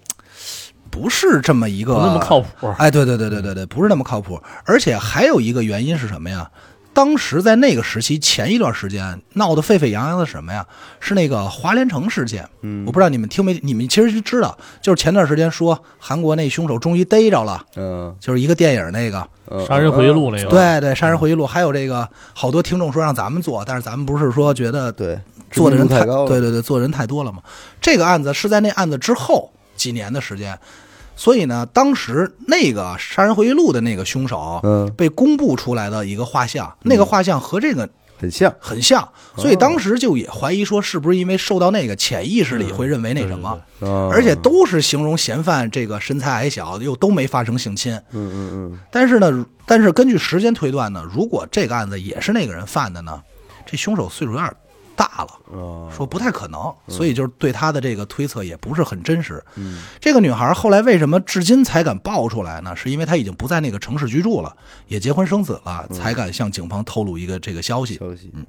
[SPEAKER 2] 不是这么一个
[SPEAKER 3] 不那么靠。谱。
[SPEAKER 2] 哎，对对对对对对，不是那么靠谱。而且还有一个原因是什么呀？当时在那个时期，前一段时间闹得沸沸扬扬的是什么呀？是那个华联城事件。嗯，我不知道你们听没？你们其实是知道，就是前段时间说韩国那凶手终于逮着了，
[SPEAKER 1] 嗯
[SPEAKER 2] 就是一个电影那个。
[SPEAKER 1] 嗯，
[SPEAKER 3] 杀人回忆录那个，，
[SPEAKER 2] 对对，《杀人回忆录》还有这个，好多听众说让咱们做，但是咱们不是说觉得
[SPEAKER 1] 对，
[SPEAKER 2] 做的人
[SPEAKER 1] 知名度
[SPEAKER 2] 太
[SPEAKER 1] 太高了，
[SPEAKER 2] 对对对，做的人太多了嘛。这个案子是在那案子之后几年的时间，所以呢，当时那个《杀人回忆录》的那个凶手，
[SPEAKER 1] 嗯
[SPEAKER 2] 被公布出来的一个画像，那个画像和这个
[SPEAKER 1] 很像，
[SPEAKER 2] 很像，
[SPEAKER 1] 哦
[SPEAKER 2] 所以当时就也怀疑说，是不是因为受到那个潜意识里会认为那什么，
[SPEAKER 1] 嗯
[SPEAKER 2] 而且都是形容嫌犯这个身材矮小，又都没发生性侵。
[SPEAKER 1] 嗯嗯
[SPEAKER 2] 但是呢，但是根据时间推断呢，如果这个案子也是那个人犯的呢，这凶手岁数有点大了，
[SPEAKER 1] 哦
[SPEAKER 2] 说不太可能，所以就是对他的这个推测也不是很真实。
[SPEAKER 1] 嗯
[SPEAKER 2] 这个女孩后来为什么至今才敢爆出来呢？是因为她已经不在那个城市居住了，也结婚生子了，才敢向警方透露一个这个消息。
[SPEAKER 1] 消息，嗯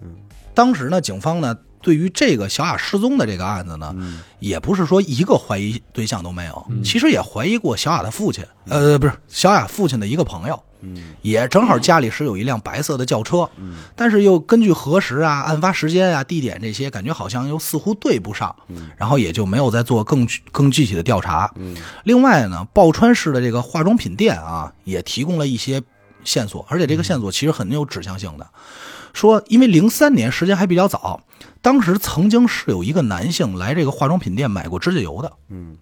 [SPEAKER 2] 当时呢，警方呢对于这个小雅失踪的这个案子呢，也不是说一个怀疑对象都没有，其实也怀疑过小雅的父亲，呃，不是小雅父亲的一个朋友，
[SPEAKER 1] 嗯
[SPEAKER 2] 也正好家里是有一辆白色的轿车，但是又根据核实啊、案发时间啊、地点这些，感觉好像又似乎对不上，然后也就没有再做更更具体的调查。另外呢，报川市的这个化妆品店啊，也提供了一些线索，而且这个线索其实很有指向性的。说，因为零三年时间还比较早，当时曾经是有一个男性来这个化妆品店买过指甲油的，
[SPEAKER 1] 嗯，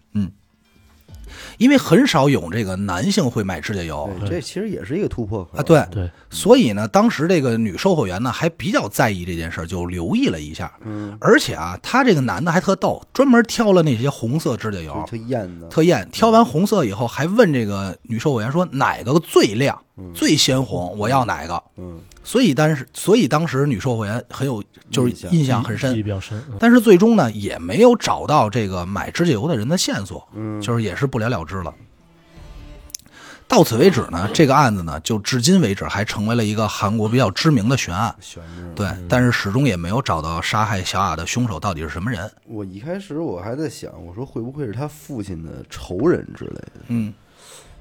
[SPEAKER 2] 因为很少有这个男性会买指甲油
[SPEAKER 1] 对这其实也是一个突破口
[SPEAKER 2] 啊，对，
[SPEAKER 3] 对，
[SPEAKER 2] 所以呢，当时这个女售货员呢还比较在意这件事儿，就留意了一下。嗯，而且啊，他这个男的还特逗，专门挑了那些红色指甲油
[SPEAKER 1] 就，特艳的，
[SPEAKER 2] 啊特艳。挑完红色以后，还问这个女售货员说哪个最亮、最鲜红，我要哪个。
[SPEAKER 1] 嗯，
[SPEAKER 2] 所以当时，所以当时女售货员很有，就是
[SPEAKER 1] 印象
[SPEAKER 2] 印象很深
[SPEAKER 3] 记忆，比较深。嗯
[SPEAKER 2] 但是最终呢，也没有找到这个买指甲油的人的线索，
[SPEAKER 1] 嗯
[SPEAKER 2] 就是也是不了了之了。到此为止呢，这个案子呢，就至今为止还成为了一个韩国比较知名的悬案，
[SPEAKER 1] 悬嗯着。
[SPEAKER 2] 对，但是始终也没有找到杀害小雅的凶手到底是什么人。
[SPEAKER 1] 我一开始我还在想，我说会不会是他父亲的仇人之类的，
[SPEAKER 2] 嗯，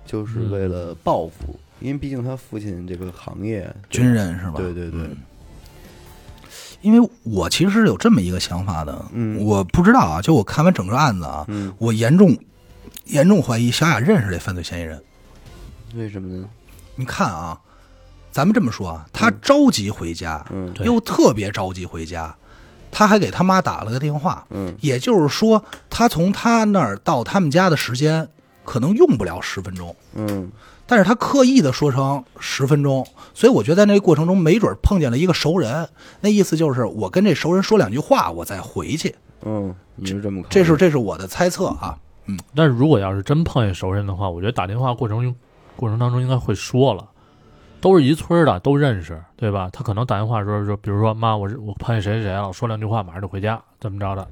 [SPEAKER 1] 就是为了报复，因为毕竟他父亲这个行业，
[SPEAKER 2] 军人是吧？
[SPEAKER 1] 对对对，
[SPEAKER 2] 因为我其实有这么一个想法的，
[SPEAKER 1] 嗯
[SPEAKER 2] 我不知道啊，就我看完整个案子啊，
[SPEAKER 1] 嗯
[SPEAKER 2] 我严重严重怀疑小雅认识这犯罪嫌疑人。
[SPEAKER 1] 为什么呢？
[SPEAKER 2] 你看啊，咱们这么说啊，他着急回家，
[SPEAKER 1] 嗯
[SPEAKER 3] 对
[SPEAKER 2] 又特别着急回家，他还给他妈打了个电话，
[SPEAKER 1] 嗯，
[SPEAKER 2] 也就是说，他从他那儿到他们家的时间可能用不了十分钟，
[SPEAKER 1] 嗯，
[SPEAKER 2] 但是他刻意的说成十分钟，所以我觉得在那个过程中，没准碰见了一个熟人，那意思就是我跟这熟人说两句话，我再回去，
[SPEAKER 1] 嗯，你是这么看？
[SPEAKER 2] 这是这是我的猜测啊，
[SPEAKER 3] 但是如果要是真碰见熟人的话，我觉得打电话过程中过程当中应该会说了，都是一村儿的，都认识，对吧？他可能打电话的时候说，比如说妈，我是我碰见谁谁谁了，我说两句话，马上就回家，怎么着的？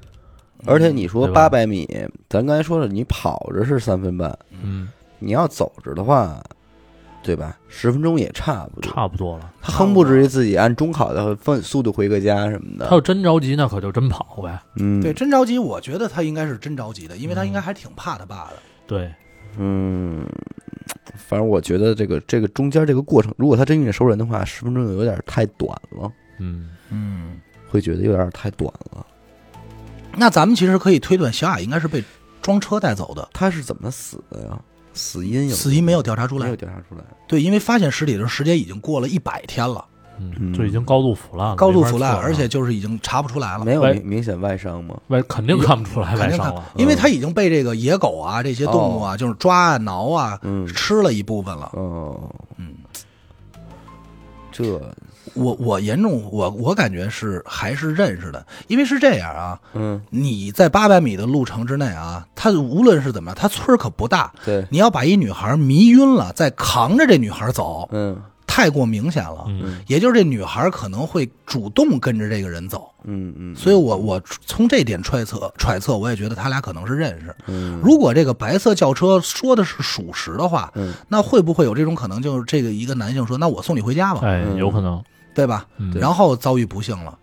[SPEAKER 1] 而且你说
[SPEAKER 3] 对
[SPEAKER 1] 八
[SPEAKER 3] 吧
[SPEAKER 1] 百米，咱刚才说了，你跑着是三分半，
[SPEAKER 3] 嗯，
[SPEAKER 1] 你要走着的话，对吧？十分钟也差不多。
[SPEAKER 3] 差不多了。
[SPEAKER 1] 他哼不至于自己按中考的分速度回个家什么
[SPEAKER 3] 他要
[SPEAKER 1] 的。
[SPEAKER 3] 真着急，那可就真跑呗。
[SPEAKER 1] 嗯，
[SPEAKER 2] 对，，真着急，我觉得他应该是真着急的，因为他应该还挺怕他爸的。
[SPEAKER 3] 对，
[SPEAKER 1] 嗯，反正我觉得这个这个中间这个过程，如果他真遇见熟人的话，十分钟有点太短了，
[SPEAKER 3] 嗯，
[SPEAKER 2] 嗯，
[SPEAKER 1] 会觉得有点太短了。
[SPEAKER 2] 那咱们其实可以推断，小雅应该是被装车带走的，
[SPEAKER 1] 他是怎么死的呀？死因有
[SPEAKER 2] 死因没有调查出
[SPEAKER 1] 没有
[SPEAKER 2] 来。
[SPEAKER 1] 调查出来？
[SPEAKER 2] 对，因为发现尸体的时候时间已经过了一百天了，
[SPEAKER 1] 嗯
[SPEAKER 3] 嗯，就已经高度腐烂了，
[SPEAKER 2] 高度
[SPEAKER 3] 没法
[SPEAKER 2] 腐烂，
[SPEAKER 3] 测了
[SPEAKER 2] 而且就是已经查不出来了
[SPEAKER 1] 没。有
[SPEAKER 3] 喂
[SPEAKER 1] 明明显外伤吗？
[SPEAKER 3] 外肯定看不出来
[SPEAKER 2] 肯
[SPEAKER 3] 外
[SPEAKER 2] 定
[SPEAKER 3] 伤
[SPEAKER 2] 看
[SPEAKER 3] 了，。嗯哦
[SPEAKER 2] 因为他已经被这个野狗啊、这些动物啊，就是抓啊、挠啊，
[SPEAKER 1] 嗯
[SPEAKER 2] 吃了一部分了。
[SPEAKER 1] 哦，
[SPEAKER 2] 嗯，
[SPEAKER 1] 这
[SPEAKER 2] 我我严重，我我感觉是还是认识的，因为是这样啊，
[SPEAKER 1] 嗯，
[SPEAKER 2] 你在八百米的路程之内啊，他无论是怎么样，他村儿可不大，
[SPEAKER 1] 对，
[SPEAKER 2] 你要把一女孩迷晕了，再扛着这女孩走，
[SPEAKER 1] 嗯
[SPEAKER 2] 太过明显了。
[SPEAKER 3] 嗯，
[SPEAKER 2] 也就是这女孩可能会主动跟着这个人走，
[SPEAKER 1] 嗯嗯
[SPEAKER 2] 所以我我从这点揣测揣测，我也觉得他俩可能是认识。
[SPEAKER 1] 嗯
[SPEAKER 2] 如果这个白色轿车说的是属实的话，
[SPEAKER 1] 嗯
[SPEAKER 2] 那会不会有这种可能？就是这个一个男性说：“那我送你回家吧，
[SPEAKER 3] 哎
[SPEAKER 1] 嗯，
[SPEAKER 3] 有可能。
[SPEAKER 2] 对吧？”
[SPEAKER 3] 嗯，
[SPEAKER 2] 然后遭遇不幸了，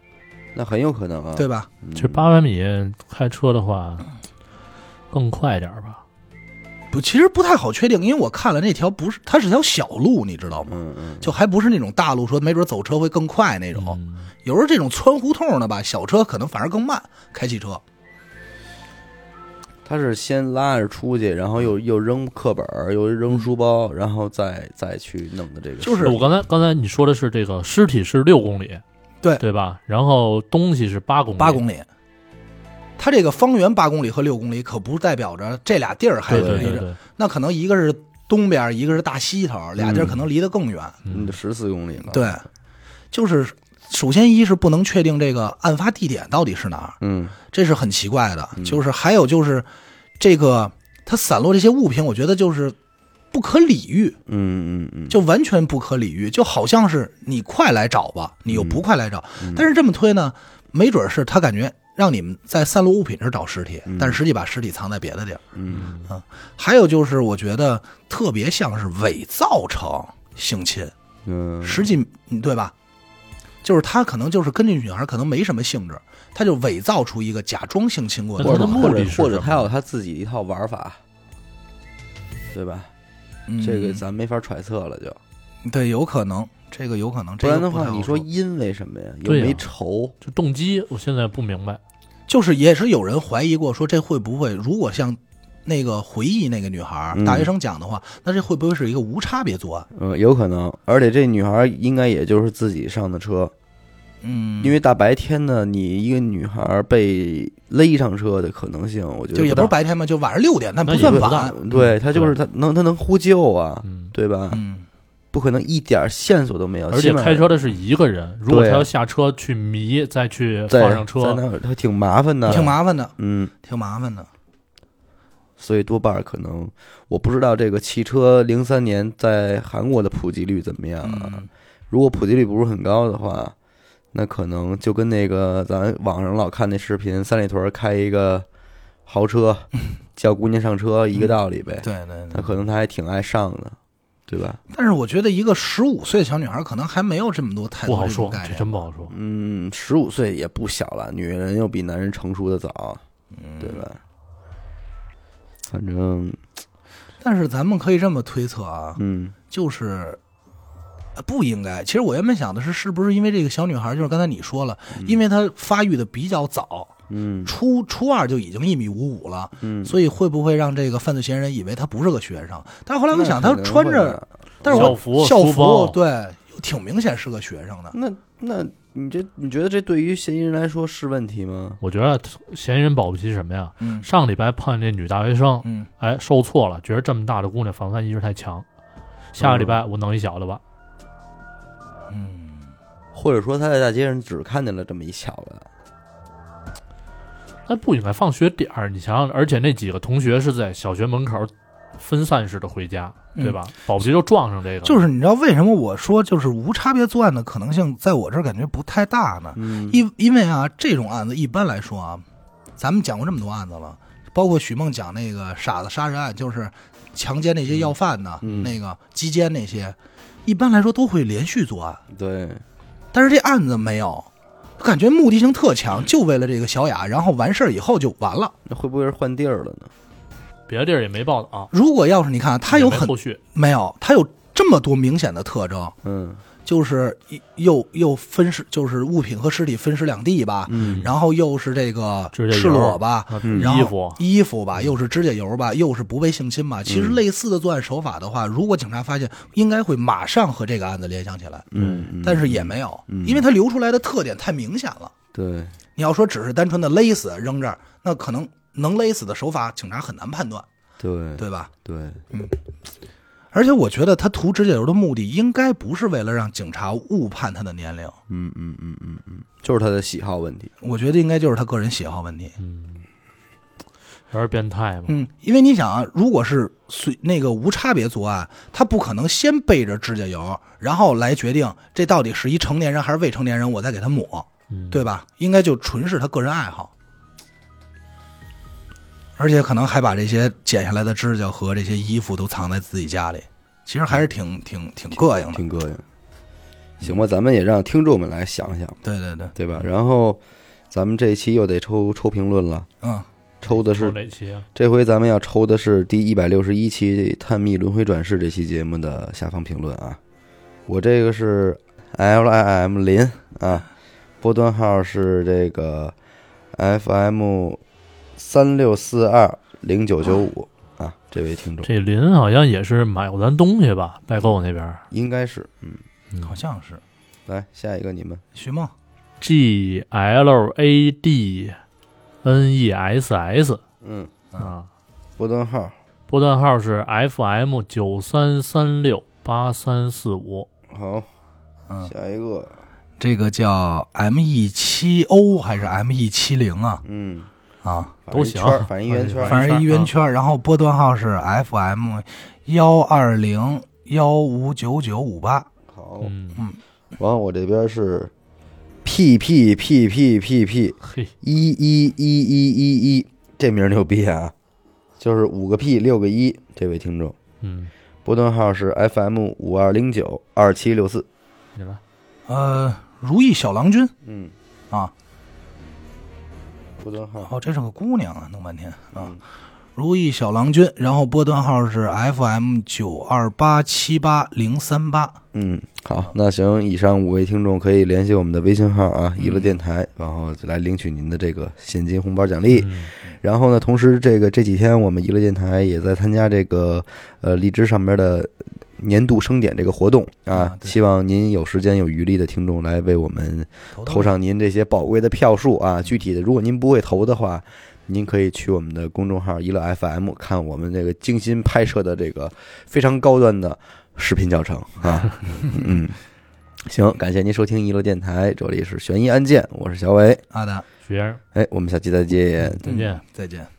[SPEAKER 1] 那很有可能啊。
[SPEAKER 2] 对吧？
[SPEAKER 1] 嗯，
[SPEAKER 3] 其实八百米开车的话，更快点儿吧。
[SPEAKER 2] 不，其实不太好确定，因为我看了那条不是，它是条小路，你知道吗？
[SPEAKER 1] 嗯嗯，
[SPEAKER 2] 就还不是那种大路，说没准走车会更快那种。
[SPEAKER 3] 嗯
[SPEAKER 2] 有时候这种穿胡同的吧，小车可能反而更慢，开汽车。
[SPEAKER 1] 他是先拉着出去，然后又又扔课本儿，又扔书包，然后再再去弄的这个事，
[SPEAKER 2] 嗯就是
[SPEAKER 3] 我刚才刚才你说的是这个尸体是六公里，
[SPEAKER 2] 对
[SPEAKER 3] 对吧？然后东西是八公里，
[SPEAKER 2] 八公里。它这个方圆八公里和六公里，可不代表着这俩地儿还
[SPEAKER 3] 对
[SPEAKER 2] 离着，
[SPEAKER 3] 对对对，
[SPEAKER 2] 那可能一个是东边，一个是大西头，俩地儿
[SPEAKER 1] 嗯
[SPEAKER 2] 可能离得更远。
[SPEAKER 1] 嗯，十四公里了。，
[SPEAKER 2] 对，就是首先一是不能确定这个案发地点到底是哪儿，
[SPEAKER 1] 嗯
[SPEAKER 2] 这是很奇怪
[SPEAKER 3] 嗯
[SPEAKER 2] 的。就是还有就是这个它散落这些物品，我觉得就是不可理喻，
[SPEAKER 1] 嗯嗯嗯，
[SPEAKER 2] 就完
[SPEAKER 1] 嗯
[SPEAKER 2] 全不可理喻，就好像是你快来找吧，你又不快来找，但是这么推呢，没准是他感觉让你们在散落物品这儿找尸体，但实际把尸体藏在别的地儿。
[SPEAKER 1] 嗯
[SPEAKER 2] 还有就是，我觉得特别像是伪造成性侵，
[SPEAKER 1] 嗯，
[SPEAKER 2] 实际嗯对吧？就是他可能就是跟这女孩可能没什么性质，他就伪造出一个假装性侵过
[SPEAKER 3] 那
[SPEAKER 2] 的
[SPEAKER 3] 他
[SPEAKER 1] 或者
[SPEAKER 3] 的
[SPEAKER 2] 状况，
[SPEAKER 3] 目
[SPEAKER 1] 或者
[SPEAKER 3] 的是
[SPEAKER 1] 或者
[SPEAKER 3] 什么
[SPEAKER 1] 他有他自己一套玩法，对吧？
[SPEAKER 2] 嗯
[SPEAKER 1] 这个咱没法揣测了就，
[SPEAKER 2] 对有可能，这个有可能。
[SPEAKER 1] 不
[SPEAKER 2] 这
[SPEAKER 1] 然
[SPEAKER 2] 个
[SPEAKER 1] 的
[SPEAKER 2] 不太
[SPEAKER 1] 话，
[SPEAKER 2] 好
[SPEAKER 1] 你说因为什么呀？又
[SPEAKER 3] 对呀
[SPEAKER 1] 没仇，
[SPEAKER 3] 就动机，我现在不明白。
[SPEAKER 2] 就是也是有人怀疑过，说这会不会如果像那个回忆那个女孩
[SPEAKER 1] 嗯
[SPEAKER 2] 大学生讲的话，那这会不会是一个无差别作案？
[SPEAKER 1] 嗯，有可能。而且这女孩应该也就是自己上的车，
[SPEAKER 2] 嗯，
[SPEAKER 1] 因为大白天呢，你一个女孩被勒上车的可能性，我觉得
[SPEAKER 2] 就也不
[SPEAKER 1] 不
[SPEAKER 2] 是白天嘛，就晚上六点，那
[SPEAKER 3] 那
[SPEAKER 2] 不
[SPEAKER 3] 也
[SPEAKER 2] 算
[SPEAKER 3] 不
[SPEAKER 2] 晚。
[SPEAKER 1] 大，对她就是她能她能呼救啊，
[SPEAKER 3] 嗯，
[SPEAKER 1] 对吧？
[SPEAKER 2] 嗯，
[SPEAKER 1] 不可能一点线索都没
[SPEAKER 2] 呃
[SPEAKER 1] 有，
[SPEAKER 3] 而且
[SPEAKER 1] 起码
[SPEAKER 3] 开车的是一个人，如果
[SPEAKER 1] 对
[SPEAKER 3] 他
[SPEAKER 1] 啊
[SPEAKER 3] 要下车去迷，再去
[SPEAKER 1] 在
[SPEAKER 3] 放上
[SPEAKER 1] 在
[SPEAKER 3] 车，
[SPEAKER 1] 那儿，她挺麻烦的，
[SPEAKER 2] 挺，麻烦的，
[SPEAKER 1] 嗯。
[SPEAKER 2] 挺麻烦的。
[SPEAKER 1] 所以多半儿可能我不知道这个汽车零三年在韩国的普及率怎么样啊？
[SPEAKER 2] 嗯，
[SPEAKER 1] 如果普及率不是很高的话，那可能就跟那个咱网上老看那视频，三里屯儿开一个豪 车，叫姑娘上车一个道理呗。
[SPEAKER 2] 对对
[SPEAKER 1] 那
[SPEAKER 2] 对。
[SPEAKER 1] 可能他还挺爱上的，对吧？
[SPEAKER 2] 但是我觉得一个十五岁的小女孩可能还没有这么多太
[SPEAKER 3] 不
[SPEAKER 2] 多
[SPEAKER 3] 好
[SPEAKER 2] 这种
[SPEAKER 3] 说，
[SPEAKER 2] 概
[SPEAKER 3] 这
[SPEAKER 2] 念。
[SPEAKER 3] 真不好说。
[SPEAKER 1] 嗯，十五岁也不小了，女人又比男人成熟的早，对吧？嗯反正，
[SPEAKER 2] 但是咱们可以这么推测啊，
[SPEAKER 1] 嗯
[SPEAKER 2] 就是。呃不应该。其实我原本想的是，是不是因为这个小女孩，就是刚才你说了，因为她发育的比较早，
[SPEAKER 1] 嗯
[SPEAKER 2] 初初二就已经一米五五了，
[SPEAKER 1] 嗯，
[SPEAKER 2] 所以会不会让这个犯罪嫌疑人以为他不是个学生？但是后来我想，
[SPEAKER 1] 那
[SPEAKER 2] 他
[SPEAKER 1] 可能
[SPEAKER 2] 穿
[SPEAKER 1] 会
[SPEAKER 2] 着
[SPEAKER 1] 的，
[SPEAKER 2] 但是我
[SPEAKER 3] 校服
[SPEAKER 2] 校
[SPEAKER 3] 书包
[SPEAKER 2] 服对，又挺明显是个学生的。
[SPEAKER 1] 那那你这你觉得这对于嫌疑人来说是问题吗？
[SPEAKER 3] 我觉得嫌疑人保不齐什么呀？
[SPEAKER 2] 嗯
[SPEAKER 3] 上礼拜碰见这女大学生，
[SPEAKER 2] 嗯
[SPEAKER 3] 哎，受挫了，觉得这么大的姑娘防范意识太强，下个礼拜我弄一小的吧。
[SPEAKER 2] 嗯，
[SPEAKER 1] 或者说他在大街上只看见了这么一小子？
[SPEAKER 3] 那不应该放学点儿，你想想，而且那几个同学是在小学门口分散式的回家，
[SPEAKER 2] 嗯
[SPEAKER 3] 对吧？保不齐就撞上这个了，
[SPEAKER 2] 就是你知道为什么我说就是无差别作案的可能性，在我这儿感觉不太大呢？
[SPEAKER 1] 嗯
[SPEAKER 2] 因因为啊，这种案子一般来说啊，咱们讲过这么多案子了，包括许梦讲那个傻子杀人案，就是强奸那些要饭的，
[SPEAKER 1] 嗯
[SPEAKER 2] 那个击奸那些，一般来说都会连续作案。
[SPEAKER 1] 对，
[SPEAKER 2] 但是这案子没有，感觉目的性特
[SPEAKER 3] 嗯
[SPEAKER 2] 强，就为了这个小雅，然后完事儿以后就完了。
[SPEAKER 1] 那会不会是换地儿了呢？
[SPEAKER 3] 别的地儿也没报道、啊，
[SPEAKER 2] 如果要是你看，他有
[SPEAKER 3] 也没
[SPEAKER 2] 很
[SPEAKER 3] 后续，
[SPEAKER 2] 没有，他有这么多明显的特征，
[SPEAKER 1] 嗯
[SPEAKER 2] 就是一又又分尸，就是物品和尸体分尸两地吧，
[SPEAKER 1] 嗯
[SPEAKER 2] 然后又是这个
[SPEAKER 3] 指甲油
[SPEAKER 2] 赤裸吧。
[SPEAKER 3] 啊
[SPEAKER 1] 嗯
[SPEAKER 2] 然后
[SPEAKER 3] 衣服
[SPEAKER 2] 衣服吧，又是指甲油吧，又是不被性
[SPEAKER 1] 嗯
[SPEAKER 2] 侵吧。其实类似的作案手法的话，如果警察发现，应该会马上和这个案子联想起来，
[SPEAKER 1] 嗯，
[SPEAKER 2] 但
[SPEAKER 1] 是
[SPEAKER 2] 是也没有，
[SPEAKER 1] 嗯
[SPEAKER 2] 因为它流出来的特点太明显了。
[SPEAKER 1] 对，
[SPEAKER 2] 你要说只是单纯的勒死扔这儿，那可能能勒死的手法，警察很难判断，
[SPEAKER 1] 对
[SPEAKER 2] 对吧？
[SPEAKER 1] 对，
[SPEAKER 2] 而且我觉得他涂指甲油的目的，应该不是为了让警察误判他的年龄，
[SPEAKER 1] 嗯嗯嗯嗯嗯，就是他的喜好问题。
[SPEAKER 2] 我觉得应该就是他个人喜好问题。
[SPEAKER 3] 有点变态嘛。
[SPEAKER 2] 嗯，因为你想啊，如果是随那个无差别作案，他不可能先背着指甲油，然后来决定这到底是一成年人还是未成年人，我再给他抹，
[SPEAKER 3] 嗯，
[SPEAKER 2] 对吧？应该就纯是他个人爱好。而且可能还把这些剪下来的指甲和这些衣服都藏在自己家里，其实还是挺挺挺膈应的。
[SPEAKER 1] 挺膈应。行吧，咱们也让听众们来想想，
[SPEAKER 2] 对对对，
[SPEAKER 1] 对吧？然后咱们这一期又得抽抽评论了，
[SPEAKER 2] 嗯，
[SPEAKER 1] 抽的
[SPEAKER 3] 说
[SPEAKER 1] 是
[SPEAKER 3] 哪期啊？
[SPEAKER 1] 这回咱们要抽的是第一百六十一期《探秘轮回转世》这期节目的下方评论啊。我这个是 L I M 林啊，波段号是这个 F M 三六四二零九九五啊，这位听众
[SPEAKER 3] 这林好像也是买过咱东西吧，代购那边儿。
[SPEAKER 1] 应该是嗯，
[SPEAKER 2] 好像是
[SPEAKER 1] 来下一个你们
[SPEAKER 2] 徐梦。
[SPEAKER 3] G L A D N E S S
[SPEAKER 1] 嗯，
[SPEAKER 3] 啊，
[SPEAKER 1] 波段号
[SPEAKER 3] 波段号是 F M 九三三六八三四五。
[SPEAKER 1] 好，
[SPEAKER 2] 嗯
[SPEAKER 1] 下一个
[SPEAKER 2] 这个叫 M E 七 O 还是 M E 七零啊？
[SPEAKER 1] 嗯，
[SPEAKER 2] 啊，
[SPEAKER 3] 都行
[SPEAKER 1] 反正一圈儿反正一圆圈嗯儿，
[SPEAKER 2] 反正一圆圈儿，然后波段号是 F M 幺二零幺五九九五八。
[SPEAKER 1] 好，
[SPEAKER 3] 嗯，
[SPEAKER 1] 然后我这边是 P P P P P P
[SPEAKER 3] 嘿，
[SPEAKER 1] 一一一一一一，这名儿牛逼啊！就是五个 P 六个一，这位听众，
[SPEAKER 3] 嗯，
[SPEAKER 1] 波段号是 FM 五二零九二七六四。
[SPEAKER 3] 你来，
[SPEAKER 2] 呃，如意小郎君
[SPEAKER 1] 嗯，
[SPEAKER 2] 啊，
[SPEAKER 1] 波段号嗯
[SPEAKER 2] 哦，这是个姑娘啊，弄半天啊，如意小郎君，然后波段号是 FM 九二八七八零三八，
[SPEAKER 1] 嗯，好，那行，以上五位听众可以联系我们的微信号啊，娱乐电台，然后来领取您的这个现金红包奖励。
[SPEAKER 3] 嗯
[SPEAKER 1] 然后呢，同时这个这几天我们娱乐电台也在参加这个呃荔枝上面的年度盛典这个活动啊
[SPEAKER 2] 啊，对
[SPEAKER 1] 希望您有时间有余力的听众来为我们
[SPEAKER 2] 头头
[SPEAKER 1] 投上您这些宝贵的票数啊。具体的，如果您不会投的话，您可以去我们的公众号“娱乐 FM” 看我们这个精心拍摄的这个非常高端的视频教程啊。嗯，行，感谢您收听娱乐电台，这里是悬疑案件，我是小伟。
[SPEAKER 2] 阿达，
[SPEAKER 3] 学生，
[SPEAKER 1] 哎，我们下期再见。
[SPEAKER 3] 再见。
[SPEAKER 2] 再见。